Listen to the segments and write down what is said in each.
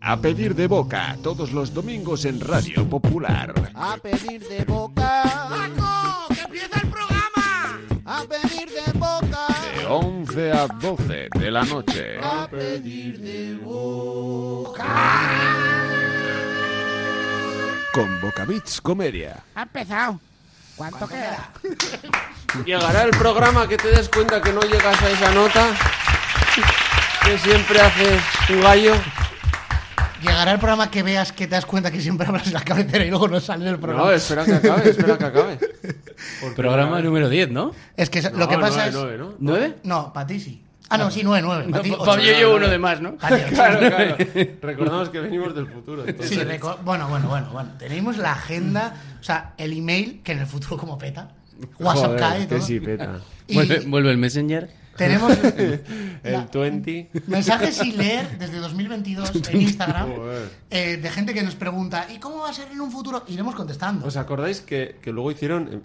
a pedir de boca todos los domingos en Radio Popular. A pedir de boca, ¡Paco! ¡Que empieza el programa! a pedir de boca, De 11 a 12 de la noche. a pedir de boca. Con Bocavits Comedia. Ha empezado. ¿Cuánto queda? Llegará el programa que te des cuenta que no llegas a esa nota que siempre haces un gallo. Llegará el programa que veas que te das cuenta que siempre abras la cabecera y luego no sale el programa. No, espera que acabe, espera que acabe. Programa número 10, ¿no? es que lo que No, pasa nueve, es. nueve, ¿no? ¿Nueve? No, para ti sí. Ah, no, sí, 9, 9. No, pa- pa- yo llevo uno de más, ¿no? Claro, claro. Recordamos que venimos del futuro. entonces. Sí, reco- bueno, bueno, bueno, bueno. Tenemos la agenda, o sea, el email, que en el futuro como peta. WhatsApp Joder, cae y que todo. sí, peta. Y Vuelve, vuelve el Messenger. tenemos El 20. mensajes sin leer desde 2022 en Instagram Joder. eh, de gente que nos pregunta, ¿y cómo va a ser en un futuro? Iremos contestando. ¿Os acordáis que, que luego hicieron el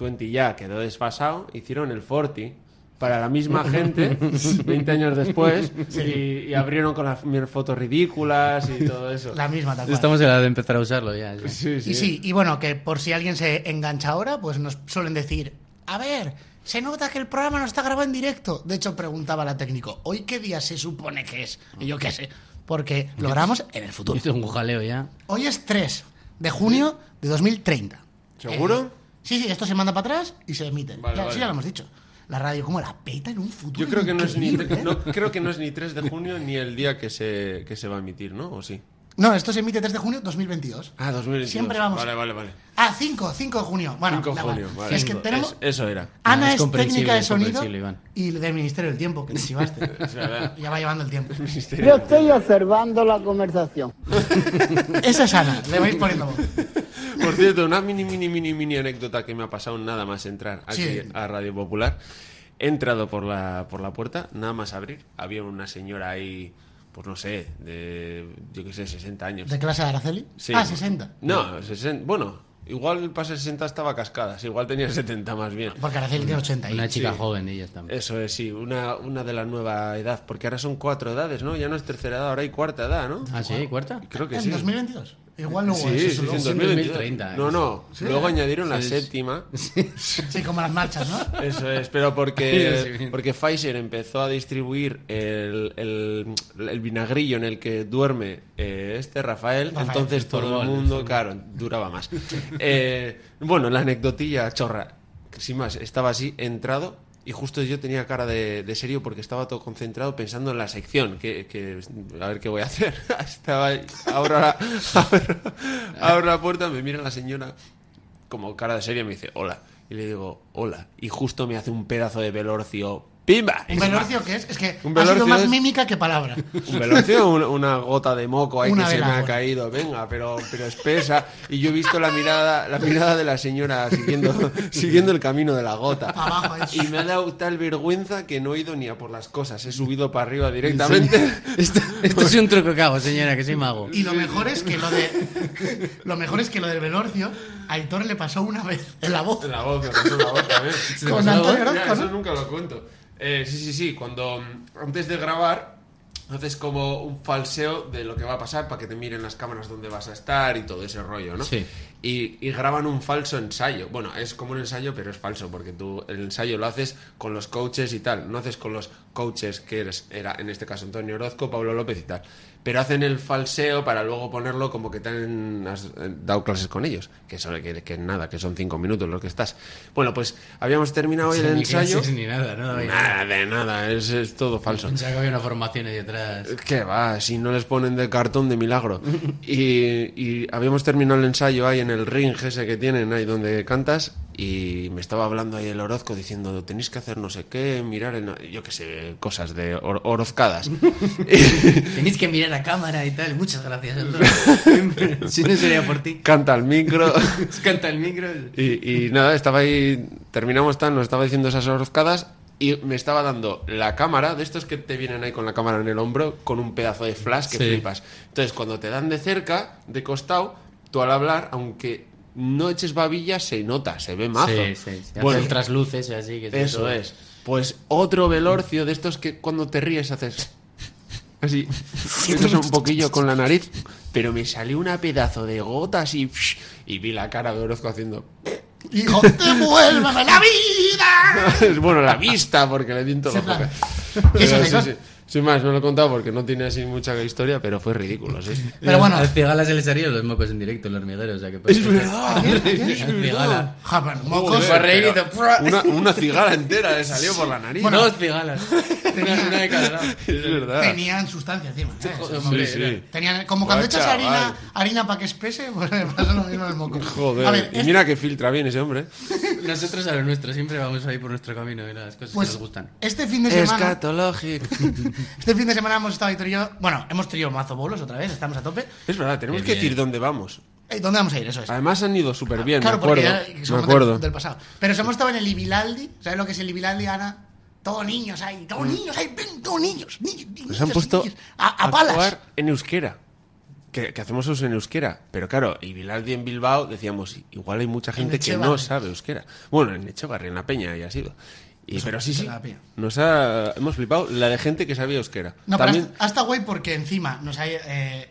20 ya, quedó desfasado, hicieron el 40 para la misma gente 20 años después y, y abrieron con las mil fotos ridículas y todo eso. la misma, tal cual. Estamos en la de empezar a usarlo ya. sí. Sí, sí. Y sí, y bueno, que por si alguien se engancha ahora, pues nos suelen decir, a ver, se nota que el programa no está grabado en directo. De hecho, preguntaba la técnico, ¿hoy qué día se supone que es? Y yo qué sé, porque lo grabamos en el futuro. Hice un jaleo ya. Hoy es 3 de junio de 2030. ¿Seguro? Eh, sí, sí, esto se manda para atrás y se emite. Vale, ya, vale. Sí, ya lo hemos dicho. La radio como la peta en un futuro. Yo creo que no es ni increíble, ¿eh? no, creo que no es ni 3 de junio ni el día que se, que se va a emitir, ¿no? ¿O sí? No, esto se emite 3 de junio de 2022. Ah, 2022. Siempre vamos- Vale, vale, vale. Ah, 5, 5 de junio. Bueno, 5 de da igual. junio, vale. Es que tenemos... Es- eso era. Ana Ah, es es, comprensible, técnica de es sonido comprensible, Iván. y del Ministerio del Tiempo, que te chivaste. Es verdad. ya va llevando el tiempo. Yo estoy observando la conversación. Esa es Ana, le vais poniendo voz. Por cierto, una mini, mini, mini, mini anécdota que me ha pasado nada más entrar aquí Sí. a Radio Popular. He entrado por la, por la puerta, nada más abrir. Había una señora ahí, pues no sé, de, yo qué sé, 60 años. ¿De clase de Araceli? Sí. Ah, 60. No, 60. Bueno, igual para 60 estaba cascada, sí, igual tenía 70 más bien. Porque Araceli Mm, tiene 80 Una y... chica Sí. joven, ella también. Eso es, sí, una, una de la nueva edad, porque ahora son cuatro edades, ¿no? Ya no es tercera edad, ahora hay cuarta edad, ¿no? ¿Ah, sí? ¿Cuarta? Creo que ¿En sí. 2022? Igual no hubo Sí, eso. sí, solo- sí, en sí, en 2022. 2030, No, eh. no, luego añadieron la Sí, sí. séptima. Sí, como las marchas, ¿no? Eso es, pero Sí, porque, sí. porque Pfizer empezó a distribuir el, el- el vinagrillo en el que duerme eh, este Rafael, Rafael, entonces todo el formol, mundo, claro, duraba más. Eh, bueno, la anecdotilla chorra, que sin más, estaba así, entrado, y justo yo tenía cara de, de serio porque estaba todo concentrado pensando en la sección, que, que- a ver qué voy a hacer. estaba ahí, abro la, abro- abro la puerta, me mira la señora como cara de serio me dice hola y le digo hola y justo me hace un pedazo de velorcio pimba ¿Un velorcio qué es? Es que Un ha sido velorcio más es- mímica que palabra. un velorcio un- una gota de moco ahí Una que se me vela, ha bueno. caído venga pero pero espesa y yo he visto la mirada la mirada de la señora siguiendo siguiendo el camino de la gota Pa' abajo, ahí. y me ha dado tal vergüenza que no he ido ni a por las cosas he subido para arriba directamente Esto, esto es un truco que hago, señora, que soy mago. Y lo mejor es que lo de... Lo mejor es que lo del velorcio, a Aitor le pasó una vez en la voz. En la voz, me pasó en la voz también. te Con pasó en la Antonio voz? Orozco, Ya, Eso ¿no? nunca lo cuento. Eh, sí, sí, sí. Cuando mm, antes de grabar, haces como un falseo de lo que va a pasar para que te miren las cámaras donde vas a estar y todo ese rollo, ¿no? Sí. Y, y graban un falso ensayo. Bueno, es como un ensayo, pero es falso, porque tú el ensayo lo haces con los coaches y tal. No haces con los coaches que eres, era en este caso Antonio Orozco, Pablo López y tal. Pero hacen el falseo para luego ponerlo como que te han has, eh, dado clases con ellos. Que, eso, que, que nada, que son cinco minutos los que estás. Bueno, pues habíamos terminado el Ni ensayo. clases Ni nada, nada. Nada, de nada, es, es todo falso. Pensaba que había una formación ahí detrás. Que va, si no les ponen de cartón de milagro. Y, y habíamos terminado el ensayo ahí en el ring ese que tienen ahí donde cantas y me estaba hablando ahí el Orozco diciendo tenéis que hacer no sé qué, mirar, en, yo qué sé, cosas de or- orozcadas. Tenéis que mirar a cámara y tal. Muchas gracias. Antonio. si no sería por ti. Canta al micro. Os canta el micro. Y, y nada, estaba ahí, terminamos tan, nos estaba diciendo esas horozcadas y me estaba dando la cámara, de estos que te vienen ahí con la cámara en el hombro, con un pedazo de flash que Sí. flipas. Entonces, cuando te dan de cerca, de costado, tú al hablar, aunque no eches babilla, se nota, se ve mazo. Sí, sí. sí. Bueno, Hacen trasluces y así. Que sí, eso todo. es. Pues otro velorcio de estos que cuando te ríes haces... así, eso es un poquillo con la nariz, pero me salió una pedazo de gotas y, y vi la cara de Orozco haciendo... ¡Hijo, devuélveme la vida! bueno, la vista, porque le diento la boca. Y eso Pero es sí, mejor. sí. Sin más, no lo he contado porque no tiene así mucha historia, pero fue ridículo, sí. Pero bueno. Al Cigala se le salieron los mocos en directo, el hormiguero. O sea que Es verdad. Al Cigala. Ja, pero Joder, mocos. Fue a reír y pero hizo, "Prua". Una, una cigala entera le salió por la nariz. Dos cigalas. Una una de cada lado. es verdad. Tenían sustancia encima. ¿sabes? Joder, Esos Ah. Sí, hombre, mocos. sí. Tenían, como cuando Ah, echas chaval. harina, harina para que espese, pues le pasa lo mismo al moco. Joder. A ver, y este- mira que filtra bien ese hombre. Nosotros a lo nuestro, siempre vamos ahí por nuestro camino y las cosas que pues nos gustan. este fin de semana. Escatológico. Este fin de semana hemos estado Aitor y yo. Bueno, hemos tenido mazo bolos otra vez, estamos a tope. Es verdad, tenemos Qué que bien. decir dónde vamos. Eh, ¿Dónde vamos a ir? Eso es. Además han ido súper Ah, bien, claro, me acuerdo. porque ya me somos acuerdo. Del, del pasado. Pero hemos estado en el Ibilaldi. ¿Sabes lo que es el Ibilaldi, Ana? Todos niños ahí, todos niños ahí, ven, todos niños. niños, Nos Mm. Pues han niños, puesto niños. a, a palas. actuar en euskera. Que, que hacemos eso en euskera. Pero claro, y Vilaldi en Bilbao decíamos, igual hay mucha gente que no Etxebarri. sabe euskera. Bueno, en Echevarri, en La Peña ya ha sido. Y, pero sí, sí, Pues La Peña. nos ha, hemos flipado la de gente que sabía euskera. No, También, pero hasta, hasta guay porque encima nos hay. eh,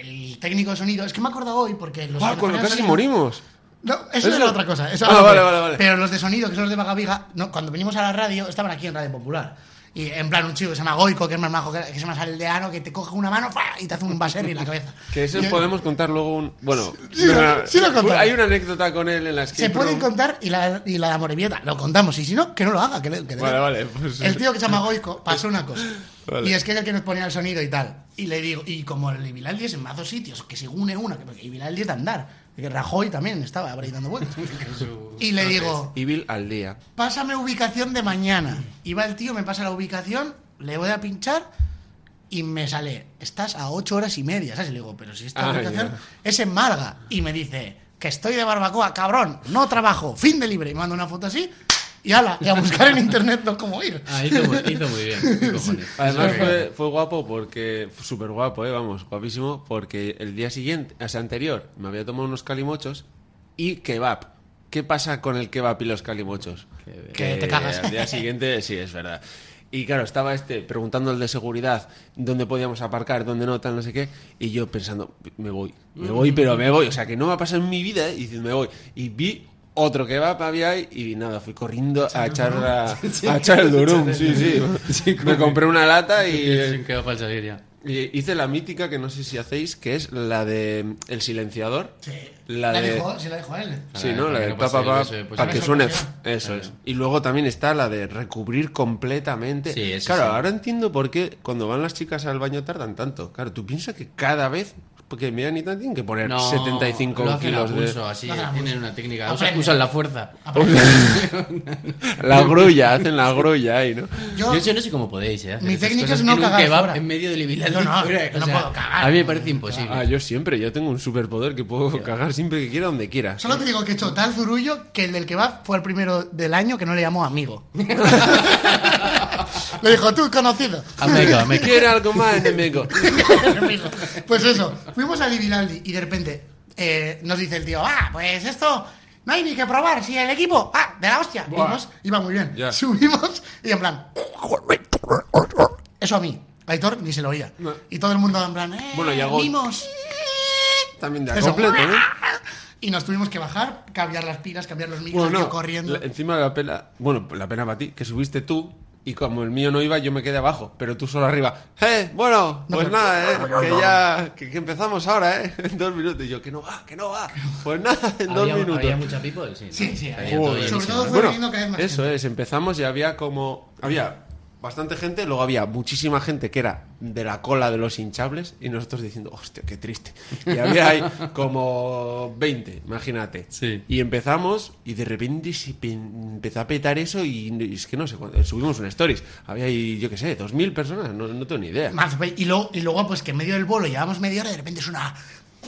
el técnico de sonido. Es que me he acordado hoy porque los. que nos ¡Guau, Ah, cuando ponían casi sonido- morimos! No, eso, Eso- era otra cosa. Eso Ah, era vale, otra. vale, vale. Pero los de sonido, que son los de Vagaviga, no, cuando venimos a la radio, estaban aquí en Radio Popular. Y en plan, un chico que se llama Goico, que es más majo, que, que se llama Saldeano, que te coge una mano ¡fa! y te hace un baserri en la cabeza. Que eso Y- podemos contar luego un... Bueno, Sí, lo- sí lo contamos. hay una anécdota con él en las que... Se pueden contar y la, y la de Amorebieta, lo contamos. Y si no, que no lo haga. Que le- que le- Vale, vale, pues- El tío que se llama Goico pasó una cosa. Vale. Y es que es el que nos ponía el sonido y tal. Y le digo, y como el Ibilaldi es en mazos sitios, que se une una, que porque Ibilaldi es de andar. Que Rajoy también estaba por ahí dando vueltas. y le digo, Y Bill al día. pásame ubicación de mañana. Y va el tío, me pasa la ubicación, le voy a pinchar y me sale, estás a ocho horas y media, ¿sabes? Y le digo, pero si esta Ah, ubicación ya. es en Marga. Y me dice, que estoy de barbacoa, cabrón, no trabajo, fin de libre. Y mando una foto así y ala, y a buscar en internet no cómo ir. Ah, hizo, muy- hizo muy bien. ¿Qué cojones? Además Eso es fue, fue guapo porque, súper guapo, eh, vamos, guapísimo, porque el día siguiente, o sea, anterior, me había tomado unos calimochos y kebab. ¿Qué pasa con el kebab y los calimochos? Eh, Que te cagas. Al día siguiente, sí, es verdad. Y claro, estaba este preguntando al de seguridad dónde podíamos aparcar, dónde no, tal, no sé qué. Y yo pensando, me voy, me voy, pero me voy. O sea, que no me ha pasado en mi vida, eh, y dices, me voy. Y vi otro kebab había ahí y nada, fui corriendo a echar, la- a echar el durum. Sí, sí. Me compré una lata Es y, un quedo para salir ya. y hice la mítica que no sé si hacéis, que es la de el silenciador. La La de... dejó, sí la dejó él. Sí, Para- ¿no? para La que de no pa, pase pa, pa, eso, pues, pa no que se suene. ocasiona. Eso es. Y luego también está la de recubrir completamente. Sí, eso claro, sí. ahora entiendo por qué cuando van las chicas al baño tardan tanto. Claro, tú piensas que cada vez porque miran y tal, tienen que poner 75 lo hacen a kilos pulso, de. así, Lo hacen a tienen pulso. una técnica. Usan, Aprende. usan la fuerza. La grulla, hacen la grulla ahí, ¿no? Yo, Yo, yo no sé cómo podéis, ¿eh? hacer Mi esas técnica cosas es no en un cagar kebab fuera. En medio del Ibilaldi. Yo no, fuera, yo no puedo cagar. A mí me parece imposible. Ah, yo siempre, yo tengo un superpoder que puedo cagar siempre que quiera, donde quiera. solo te digo que he hecho tal zurullo que el del kebab fue el primero del año que no le llamó amigo. le dijo, tú, conocido. Amigo, amigo. Quiero algo más, enemigo. pues eso, fuimos a Divinaldi y de repente eh, nos dice el tío, ah, pues esto no hay ni que probar, si el equipo, ah, de la hostia, Vimos, iba muy bien. Ya. Subimos y en plan, eso a mí, Aitor ni se lo oía. Y todo el mundo en plan, eh, Bueno, y hago- mimos. También de Eso. completo, ¿no? Y nos tuvimos que bajar, cambiar las pilas, cambiar los micros, Bueno, yo no, corriendo. la- encima la pena, bueno, la pena para ti, que subiste tú y como el mío no iba, yo me quedé abajo, pero tú solo arriba. ¡Eh! Bueno, No, pues pero- nada, ¿eh? que ya, que, que empezamos ahora, ¿eh? En dos minutos. Y yo, que no va, que no va. Pues nada, en dos ¿Había, minutos. ¿Había mucha people? Sí, ¿no? Sí, sí, Había había. todo Joder. bien, Sobre sí, todo ¿no? fue- Bueno, viniendo cada vez más eso gente. es, empezamos y había como. Había bastante gente, luego había muchísima gente que era de la cola de los hinchables y nosotros diciendo, hostia, qué triste. Y había ahí como 20, imagínate. Sí. Y empezamos y de repente se pe- empezó a petar eso y, y es que no sé, cuánto- subimos una stories. Había ahí, yo qué sé, 2.000 personas, no, no tengo ni idea. Mazo, pe- Y luego, y luego, pues que en medio del bolo llevamos media hora y de repente es una.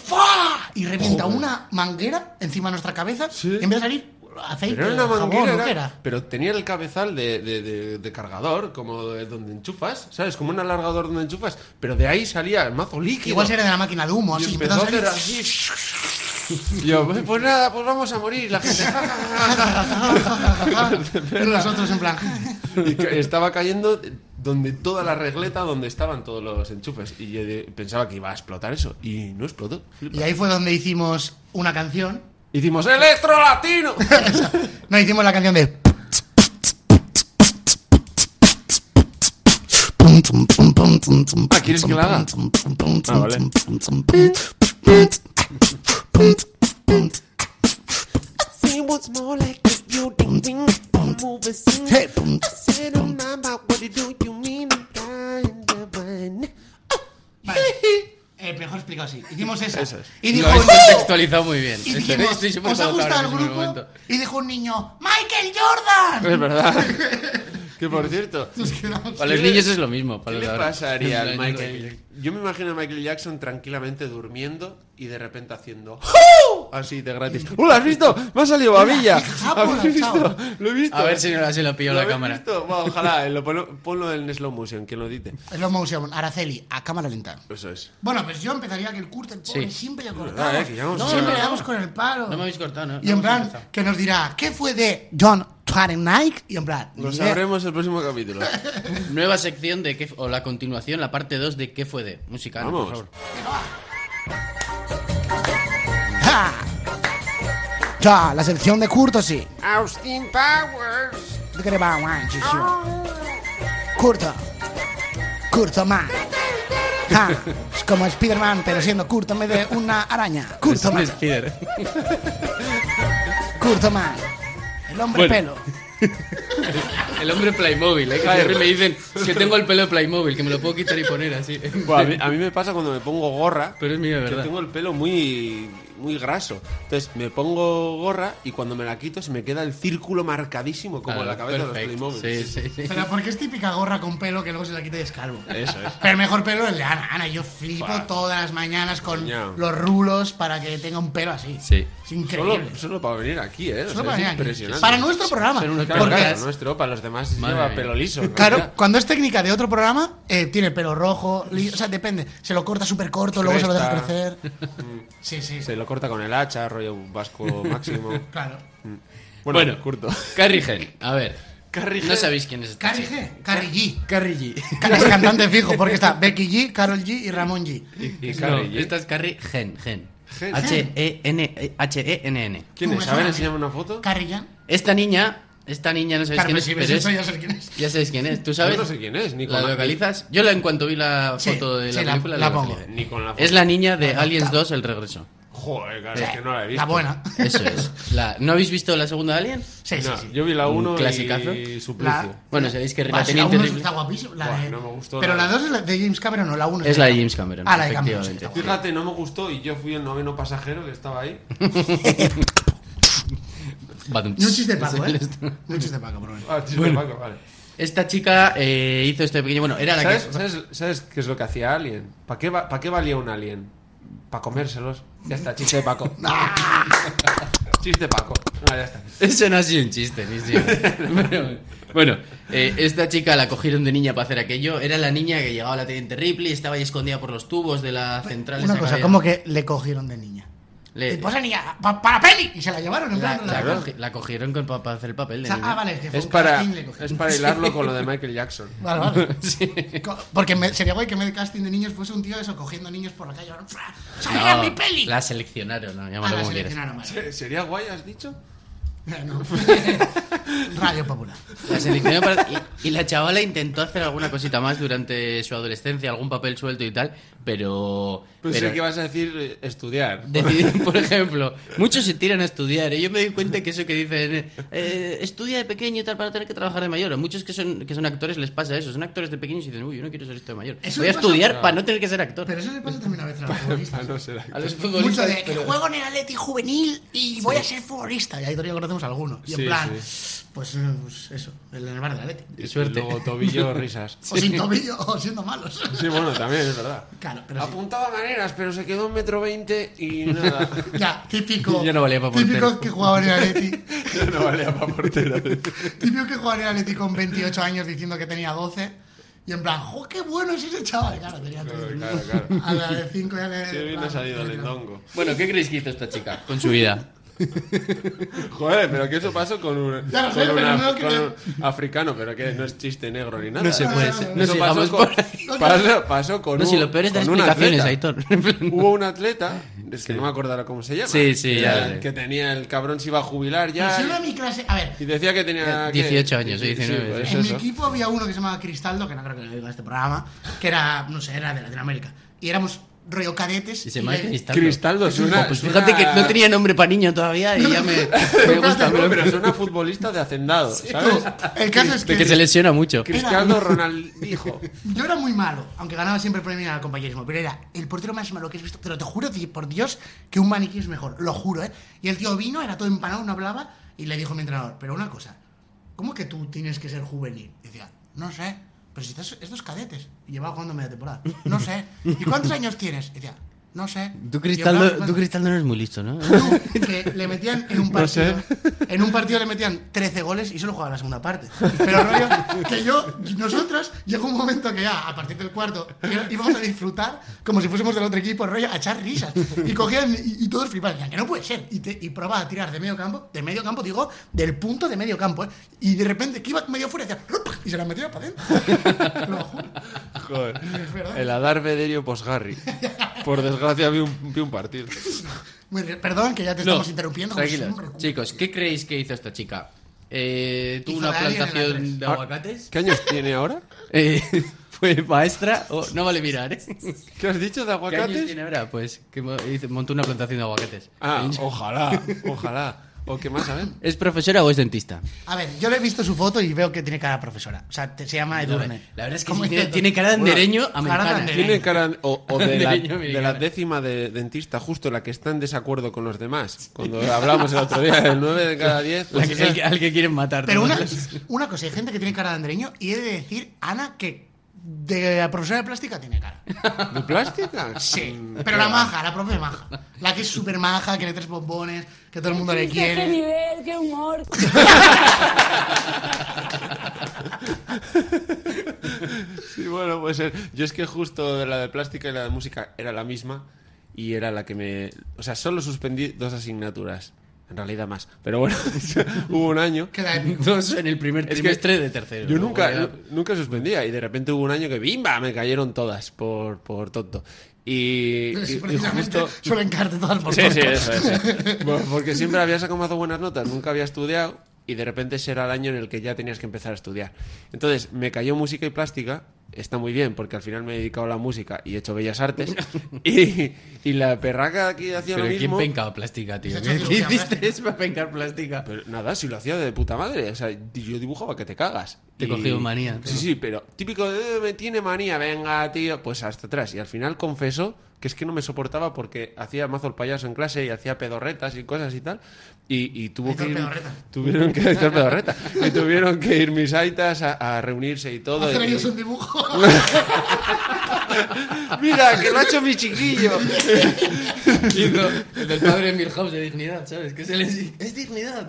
¡Fa! Y revienta una manguera encima de nuestra cabeza y empieza a salir aceite. Pero era una jabón, manguera, ¿no era- qué era? pero tenía el cabezal de, de- de- de cargador, como de donde enchufas, ¿sabes? Como un alargador donde enchufas, pero de ahí salía el mazo líquido. Igual era de la máquina de humo, Y así. empezó empezó a hacer salir- así. Yo, pues pues nada, pues vamos a morir la gente. y nosotros en plan. Y ca- estaba cayendo donde toda la regleta, donde estaban todos los enchufes. Y yo de- pensaba que iba a explotar eso. Y no explotó. Y ahí fue donde hicimos una canción. Hicimos Electro Latino. No, hicimos la canción de. Ah, ¿quieres que la haga? Ah, vale. See what's more like this building ring. I'm overseas. Hey. I said, oh, my, my, what do you mean? I'm dying to win. Vale. Eh, mejor explicado así. Hicimos esa. Eso es. Y dijo Lo habéis un niño- contextualizado muy bien. y Estoy- dijimos, estoy súper ¿os ha gustado el favorable en ese grupo? momento. Y dijo un niño, ¡Michael Jordan! Es verdad. Que por cierto. Nos quedamos- Para los ¿Qué le- niños es lo mismo. Para ¿Qué le los de ahora. pasaría Los al niños de Michael? Yo me imagino a Michael Jackson tranquilamente durmiendo y de repente haciendo. Así de gratis. ¡Oh, lo has visto! ¡Me ha salido babilla! japola, ¿Habéis visto? chao. Lo he visto. A ver si no se lo pilló ¿Lo la habéis cámara. visto? Buah, ojalá, eh, lo ponlo, ponlo en slow motion, que lo edite. Slow motion, Araceli, a cámara lenta. Eso es. Bueno, pues yo empezaría que el curte, el pobre, Sí. siempre le verdad, cortamos. eh, que ya hemos- siempre no, le no. damos con el palo. No me habéis cortado, ¿no? y en plan, que nos dirá, ¿qué fue de John Nike? Y en plan, Lo ni sabremos el próximo capítulo. Nueva sección de qué, o la continuación, la parte 2 de qué fue de musical, Vamos. por favor. idea. ¡Ja! Ya, la sección de curto sí. Austin Powers. Oh. De que le va, guay, sí, sí. Curto. Curto man. Ja, Es como Spider-Man, pero siendo curto en vez de una araña. Curto man. Spider. Curto man. El hombre Bueno. pelo. El hombre Playmobil, ¿eh? Que siempre me dicen que tengo el pelo de Playmobil, que me lo puedo quitar y poner así. Buah, a, mí, a mí me pasa cuando me pongo gorra. Pero es mío, de que verdad. tengo el pelo muy, muy graso. Entonces me pongo gorra y cuando me la quito se me queda el círculo marcadísimo como Claro, la cabeza de Ah, perfecto. los Playmobil. Sí, sí, sí. Pero porque es típica gorra con pelo que luego se la quita y es calvo. Eso es. Pero el mejor pelo es el de Ana. Ana, yo flipo Buah. todas las mañanas con Coño. los rulos para que tenga un pelo así. Sí. Es increíble. Solo, solo para venir aquí, ¿eh? O Solo sea, para es venir aquí. impresionante. Para nuestro programa. Son unos Claro, Porque- claro, nuestro, para los demás Madre lleva mía. pelo liso. ¿no? Claro, Ya. cuando es técnica de otro programa, eh, tiene el pelo rojo, li- o sea, depende. Se lo corta súper corto, luego se lo deja Cresta. Mm. crecer. Sí, sí, Se lo corta con el hacha, rollo vasco máximo. Claro. Bueno, Bueno. curto. Carrie Gen, a ver. No sabéis quién es esta Carrie chica. G, Carrie G. Carrie G. Ca- Es cantante fijo, porque está Becky G, Carol G y Ramón G. Y No, Carrie, ¿eh? esta es Carrie Gen, Gen. Gen. E H-E-N-H-E-N-N. ¿Quién Tú me es? A ver, suenas. enséñame una foto. Carrie Jan. Esta niña, esta niña no sabéis Carmen, si quién ves es, eso pero ya es- sé quién es. ya sabéis quién es. ¿Tú Yo sabes? no sé quién es, ni ¿La con la- localizas? Yo la en cuanto vi la Sí, foto de la sí, la- película la localicé. pongo. Ni con la foto. Es la niña de La Aliens loca. 2 El Regreso. Joder, claro, es que no la he visto. La buena. Eso es. La- ¿No habéis visto la segunda de Alien? Sí, sí, No, sí. Yo vi la Un 1 clasicazo. y Suplicio. La- Bueno, sabéis que Va, la si tenía la uno terrible. está guapísima. la Buah, de- no me gustó Pero nada. la 2 es la de James Cameron, no, la 1 Es la de James Cameron. Ah, la de Cameron, efectivamente. sí, está Fíjate, no me gustó y yo fui el noveno pasajero que estaba ahí. Badum. Ni un chiste de Paco, ¿eh? Ni un chiste de Paco, por lo menos. Ah, chiste, Paco, vale. Esta chica eh, hizo este pequeño. Bueno, era la ¿Sabes, que. sabes- sabes qué es lo que hacía Alien? ¿Para qué, va- pa' qué valía un Alien? Para comérselos. Ya está, chiste de Paco. chiste Paco. No, ya está. Eso no ha sido un chiste, ni siquiera. Pero, bueno, eh, esta chica la cogieron de niña para hacer aquello. Era la niña que llegaba a la Teniente Ripley, estaba ahí escondida por los tubos de la central. Pues, Una esa cosa, que como había. que le cogieron de niña. Le- Y pues la niña, pa- para peli. Y se la llevaron. en la, plan, la la- cogi- la cogieron con, para hacer el papel O de sea, niña. ah, vale, que fue Es un para, casting, le cogieron. es para hilarlo con lo de Michael Jackson. Vale, vale. Sí. Co- Porque me- sería guay que en vez de casting de niños fuese un tío eso, cogiendo niños por la calle. ahora, ¡fra! ¡Salía No, mi peli! La seleccionaron, ¿no? Ah, Llámalo la como quieras. seleccionaron, vale. ¿Se- ¿Sería guay, has dicho? No. Radio Popular. La seleccionó para- y, y la chavala intentó hacer alguna cosita más durante su adolescencia, algún papel suelto y tal, pero. Pensé pero Pues que ibas a decir eh, estudiar. decidí, por ejemplo, muchos se tiran a estudiar. Y yo me doy cuenta que eso que dicen, eh, eh, estudia de pequeño y tal para tener que trabajar de mayor. A muchos que son, que son actores les pasa eso. Son actores de pequeños y dicen, uy, yo no quiero ser esto de mayor. Eso Voy a le pasa- estudiar para no tener que ser actor. Pero eso le pasa también a veces a los Ah, futbolistas. no será. a los Mucho futbolistas. de que pero- juego en el Atleti juvenil y voy a ser futbolista. Y ahí todavía conocemos a alguno. Y Sí, en plan, pues, eh, pues eso, en el bar del Atleti. Suerte. Y Luego tobillo, risas. O sin tobillo o siendo malos. Sí, bueno, también es verdad. Claro, pero sí. Apuntaba maneras, pero se quedó un metro veinte y nada. Ya, típico. Yo no valía pa' portero. Típico que jugaba en el Atleti. Ya no valía para portero. Típico que jugaba en el Atleti con 28 años diciendo que tenía 12. Y en plan, ¡jo, qué bueno es ese chaval! Claro, tenía 13. Claro, claro. A la de 5 ya le. Sí, bien ha claro, salido claro. el endongo. Bueno, ¿qué creéis que hizo esta chica con su vida? Joder, pero que eso pasó con un, Ya lo sé, con un pero af- no creo. con un africano, pero que no es chiste negro ni nada. No se puede ser. No Eso sigamos pasó con, por ahí. pasó, pasó con No, un si lo peor es dar con un explicaciones, atleta. Aitor. En plan, Hubo un atleta, es que no me acordará cómo se llama. Sí, sí, que ya era- sé. Que tenía el cabrón se iba a jubilar Pero ya. si uno de mi clase. A ver, Y decía que tenía. ¿qué? 18 Eh, años, o 19, pues en mi eso. equipo había uno que se llamaba Cristaldo, que no creo que lo diga este programa, que era, no sé, era de Latinoamérica. Y éramos rollo cadetes. si se y llama le- Cristaldo. Cristaldo suena. Oh, pues fíjate suena- que no tenía nombre para niño todavía y ya me, me gusta. No, pero suena futbolista de hacendado, ¿sabes? El caso es De que se lesiona mucho. Cristiano Ronaldinho. Yo era muy malo, aunque ganaba siempre el premio al compañerismo, pero era el portero más malo que has visto. Pero te juro, di- por Dios, que un maniquí es mejor, lo juro, ¿eh? Y el tío vino, era todo empanado, no hablaba, y le dijo a mi entrenador, pero una cosa, ¿cómo que tú tienes que ser juvenil? Y decía, no sé, pero si estás, estos cadetes, y llevaba jugando media temporada, no sé. ¿Y cuántos años tienes? Y decía, no sé. Tú, Y Cristaldo, hablaba- tú, Cristaldo, no eres muy listo, ¿no? no, que le metían en un partido. En un partido le metían 13 goles y solo jugaba la segunda parte. Pero rollo, que yo, nosotros, llegó un momento que ya, a partir del cuarto, que íbamos a disfrutar como si fuésemos del otro equipo, rollo, a echar risas. Y cogían y, y todos flipaban, decían que no puede ser. Y, te- y probaba a tirar de medio campo, de medio campo, digo, del punto de medio campo. ¿eh? Y de repente, que iba medio fuera, decía, "Rup", y se la metía para adentro. Lo juro. Joder. Es verdad. El Adar Vederio posgarri. Por desgracia vi un, vi un partido. Muy bien, Perdón que ya te No, estamos interrumpiendo. como tranquilos. siempre. Chicos, ¿qué creéis que hizo esta chica? Eh, ¿Tuvo Hizo una de alguien en la plantación tres. de aguacates? ¿Qué años tiene ahora? Ah. Eh, ¿Fue maestra? Oh, no vale mirar, ¿eh? ¿Qué ¿Qué has dicho de años aguacates? tiene ahora? Pues que mo- hizo- montó una plantación de aguacates. Eh, Ah, ojalá, ojalá. ¿O qué más, a ver? ¿Es profesora o es dentista? A ver, yo le he visto su foto y veo que tiene cara de profesora. O sea, te- se llama Edurne. La verdad es que ¿Cómo sí, tiene, dice? tiene cara de andereño Bueno, americana. cara de andereño. Tiene cara o, o de, la, Niño, mi de la cara. décima de dentista, justo la que está en desacuerdo con los demás. Cuando hablamos el otro día, el 9 de cada 10. La pues que- esa- el que- al que quieren matar. Pero ¿no? una, una cosa, hay gente que tiene cara de andereño y he de decir, Ana, que de la profesora de plástica tiene cara. ¿De plástica? Sí. Pero la maja, la profe maja. La que es súper maja, que le tres bombones, que todo el mundo le ¡Qué quiere. nivel, qué humor! Sí, bueno, puede ser. Yo es que justo de la de plástica y la de música era la misma y era la que me... O sea, solo suspendí dos asignaturas. En realidad más. Pero bueno, hubo un año. Queda épico. Dos en el primer Es que trimestre de tercero. Yo ¿no? nunca, Bueno, nu- nunca suspendía y de repente hubo un año que ¡bimba! Me cayeron todas por, por tonto. Y, y- Sí, y precisamente justo... suelen caerte todas por Sí, sí, tonto. eso, eso. Bueno, Porque siempre había sacado buenas notas, nunca había estudiado y de repente ese era el año en el que ya tenías que empezar a estudiar. Entonces, me cayó música y plástica, está muy bien, porque al final me he dedicado a la música y he hecho bellas artes. Y, y la perraca aquí hacía Pero lo ¿quién mismo. pencaba plástica, tío? Se ha hecho ¿Qué qué cirugía hiciste para pencar plástica? Pero nada, si lo hacía de puta madre. O sea, di- yo dibujaba que te cagas. Te Y- cogió manía, Sí, ¿no? sí, pero típico de "Eh, me tiene manía, venga, tío. Pues hasta atrás. Y al final confesó que es que no me soportaba porque hacía mazo el payaso en clase y hacía pedorretas y cosas y tal. Y, y tuvo que Editor ir, pedorreta. tuvieron que editor pedorreta. Y tuvieron que ir mis aitas a, a reunirse y todo. Hacer Y- ellos un dibujo. Mira, que lo ha hecho mi chiquillo. Hizo el del padre de Milhouse de dignidad, ¿sabes? Que se les... Es dignidad,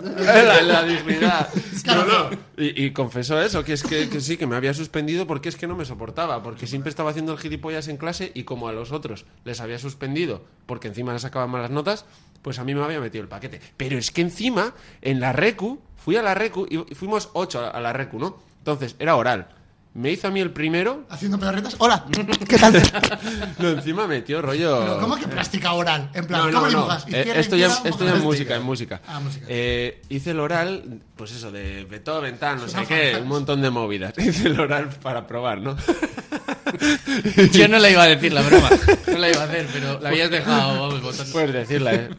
¿no? la, la dignidad. Claro. No, no. Y, y confesó eso, que es que, que sí, que me había suspendido porque es que no me soportaba, porque siempre estaba haciendo el gilipollas en clase y como a los otros les había suspendido porque encima les sacaban malas notas, pues a mí me había metido el paquete. Pero es que encima, en la RECU, fui a la RECU y fuimos ocho a la RECU, ¿no? Entonces, era oral. Me hizo a mí el primero, Haciendo pedorretas. Hola, ¿qué tal? lo encima metió rollo... Pero, ¿Cómo que plástica oral? En plan, No, no, ¿cómo no. dibujas? Eh, Izquierda, esto ya, izquierda, esto ya en izquierda. música, en música. Ah, música. Eh, hice el oral, pues eso, de Beethoven, tal, no sé Suena qué, fatal. un montón de movidas. Hice el oral para probar, ¿no? Yo no la iba a decir la broma. No la iba a hacer, pero la habías dejado, vamos, botando. Puedes decirla, ¿eh?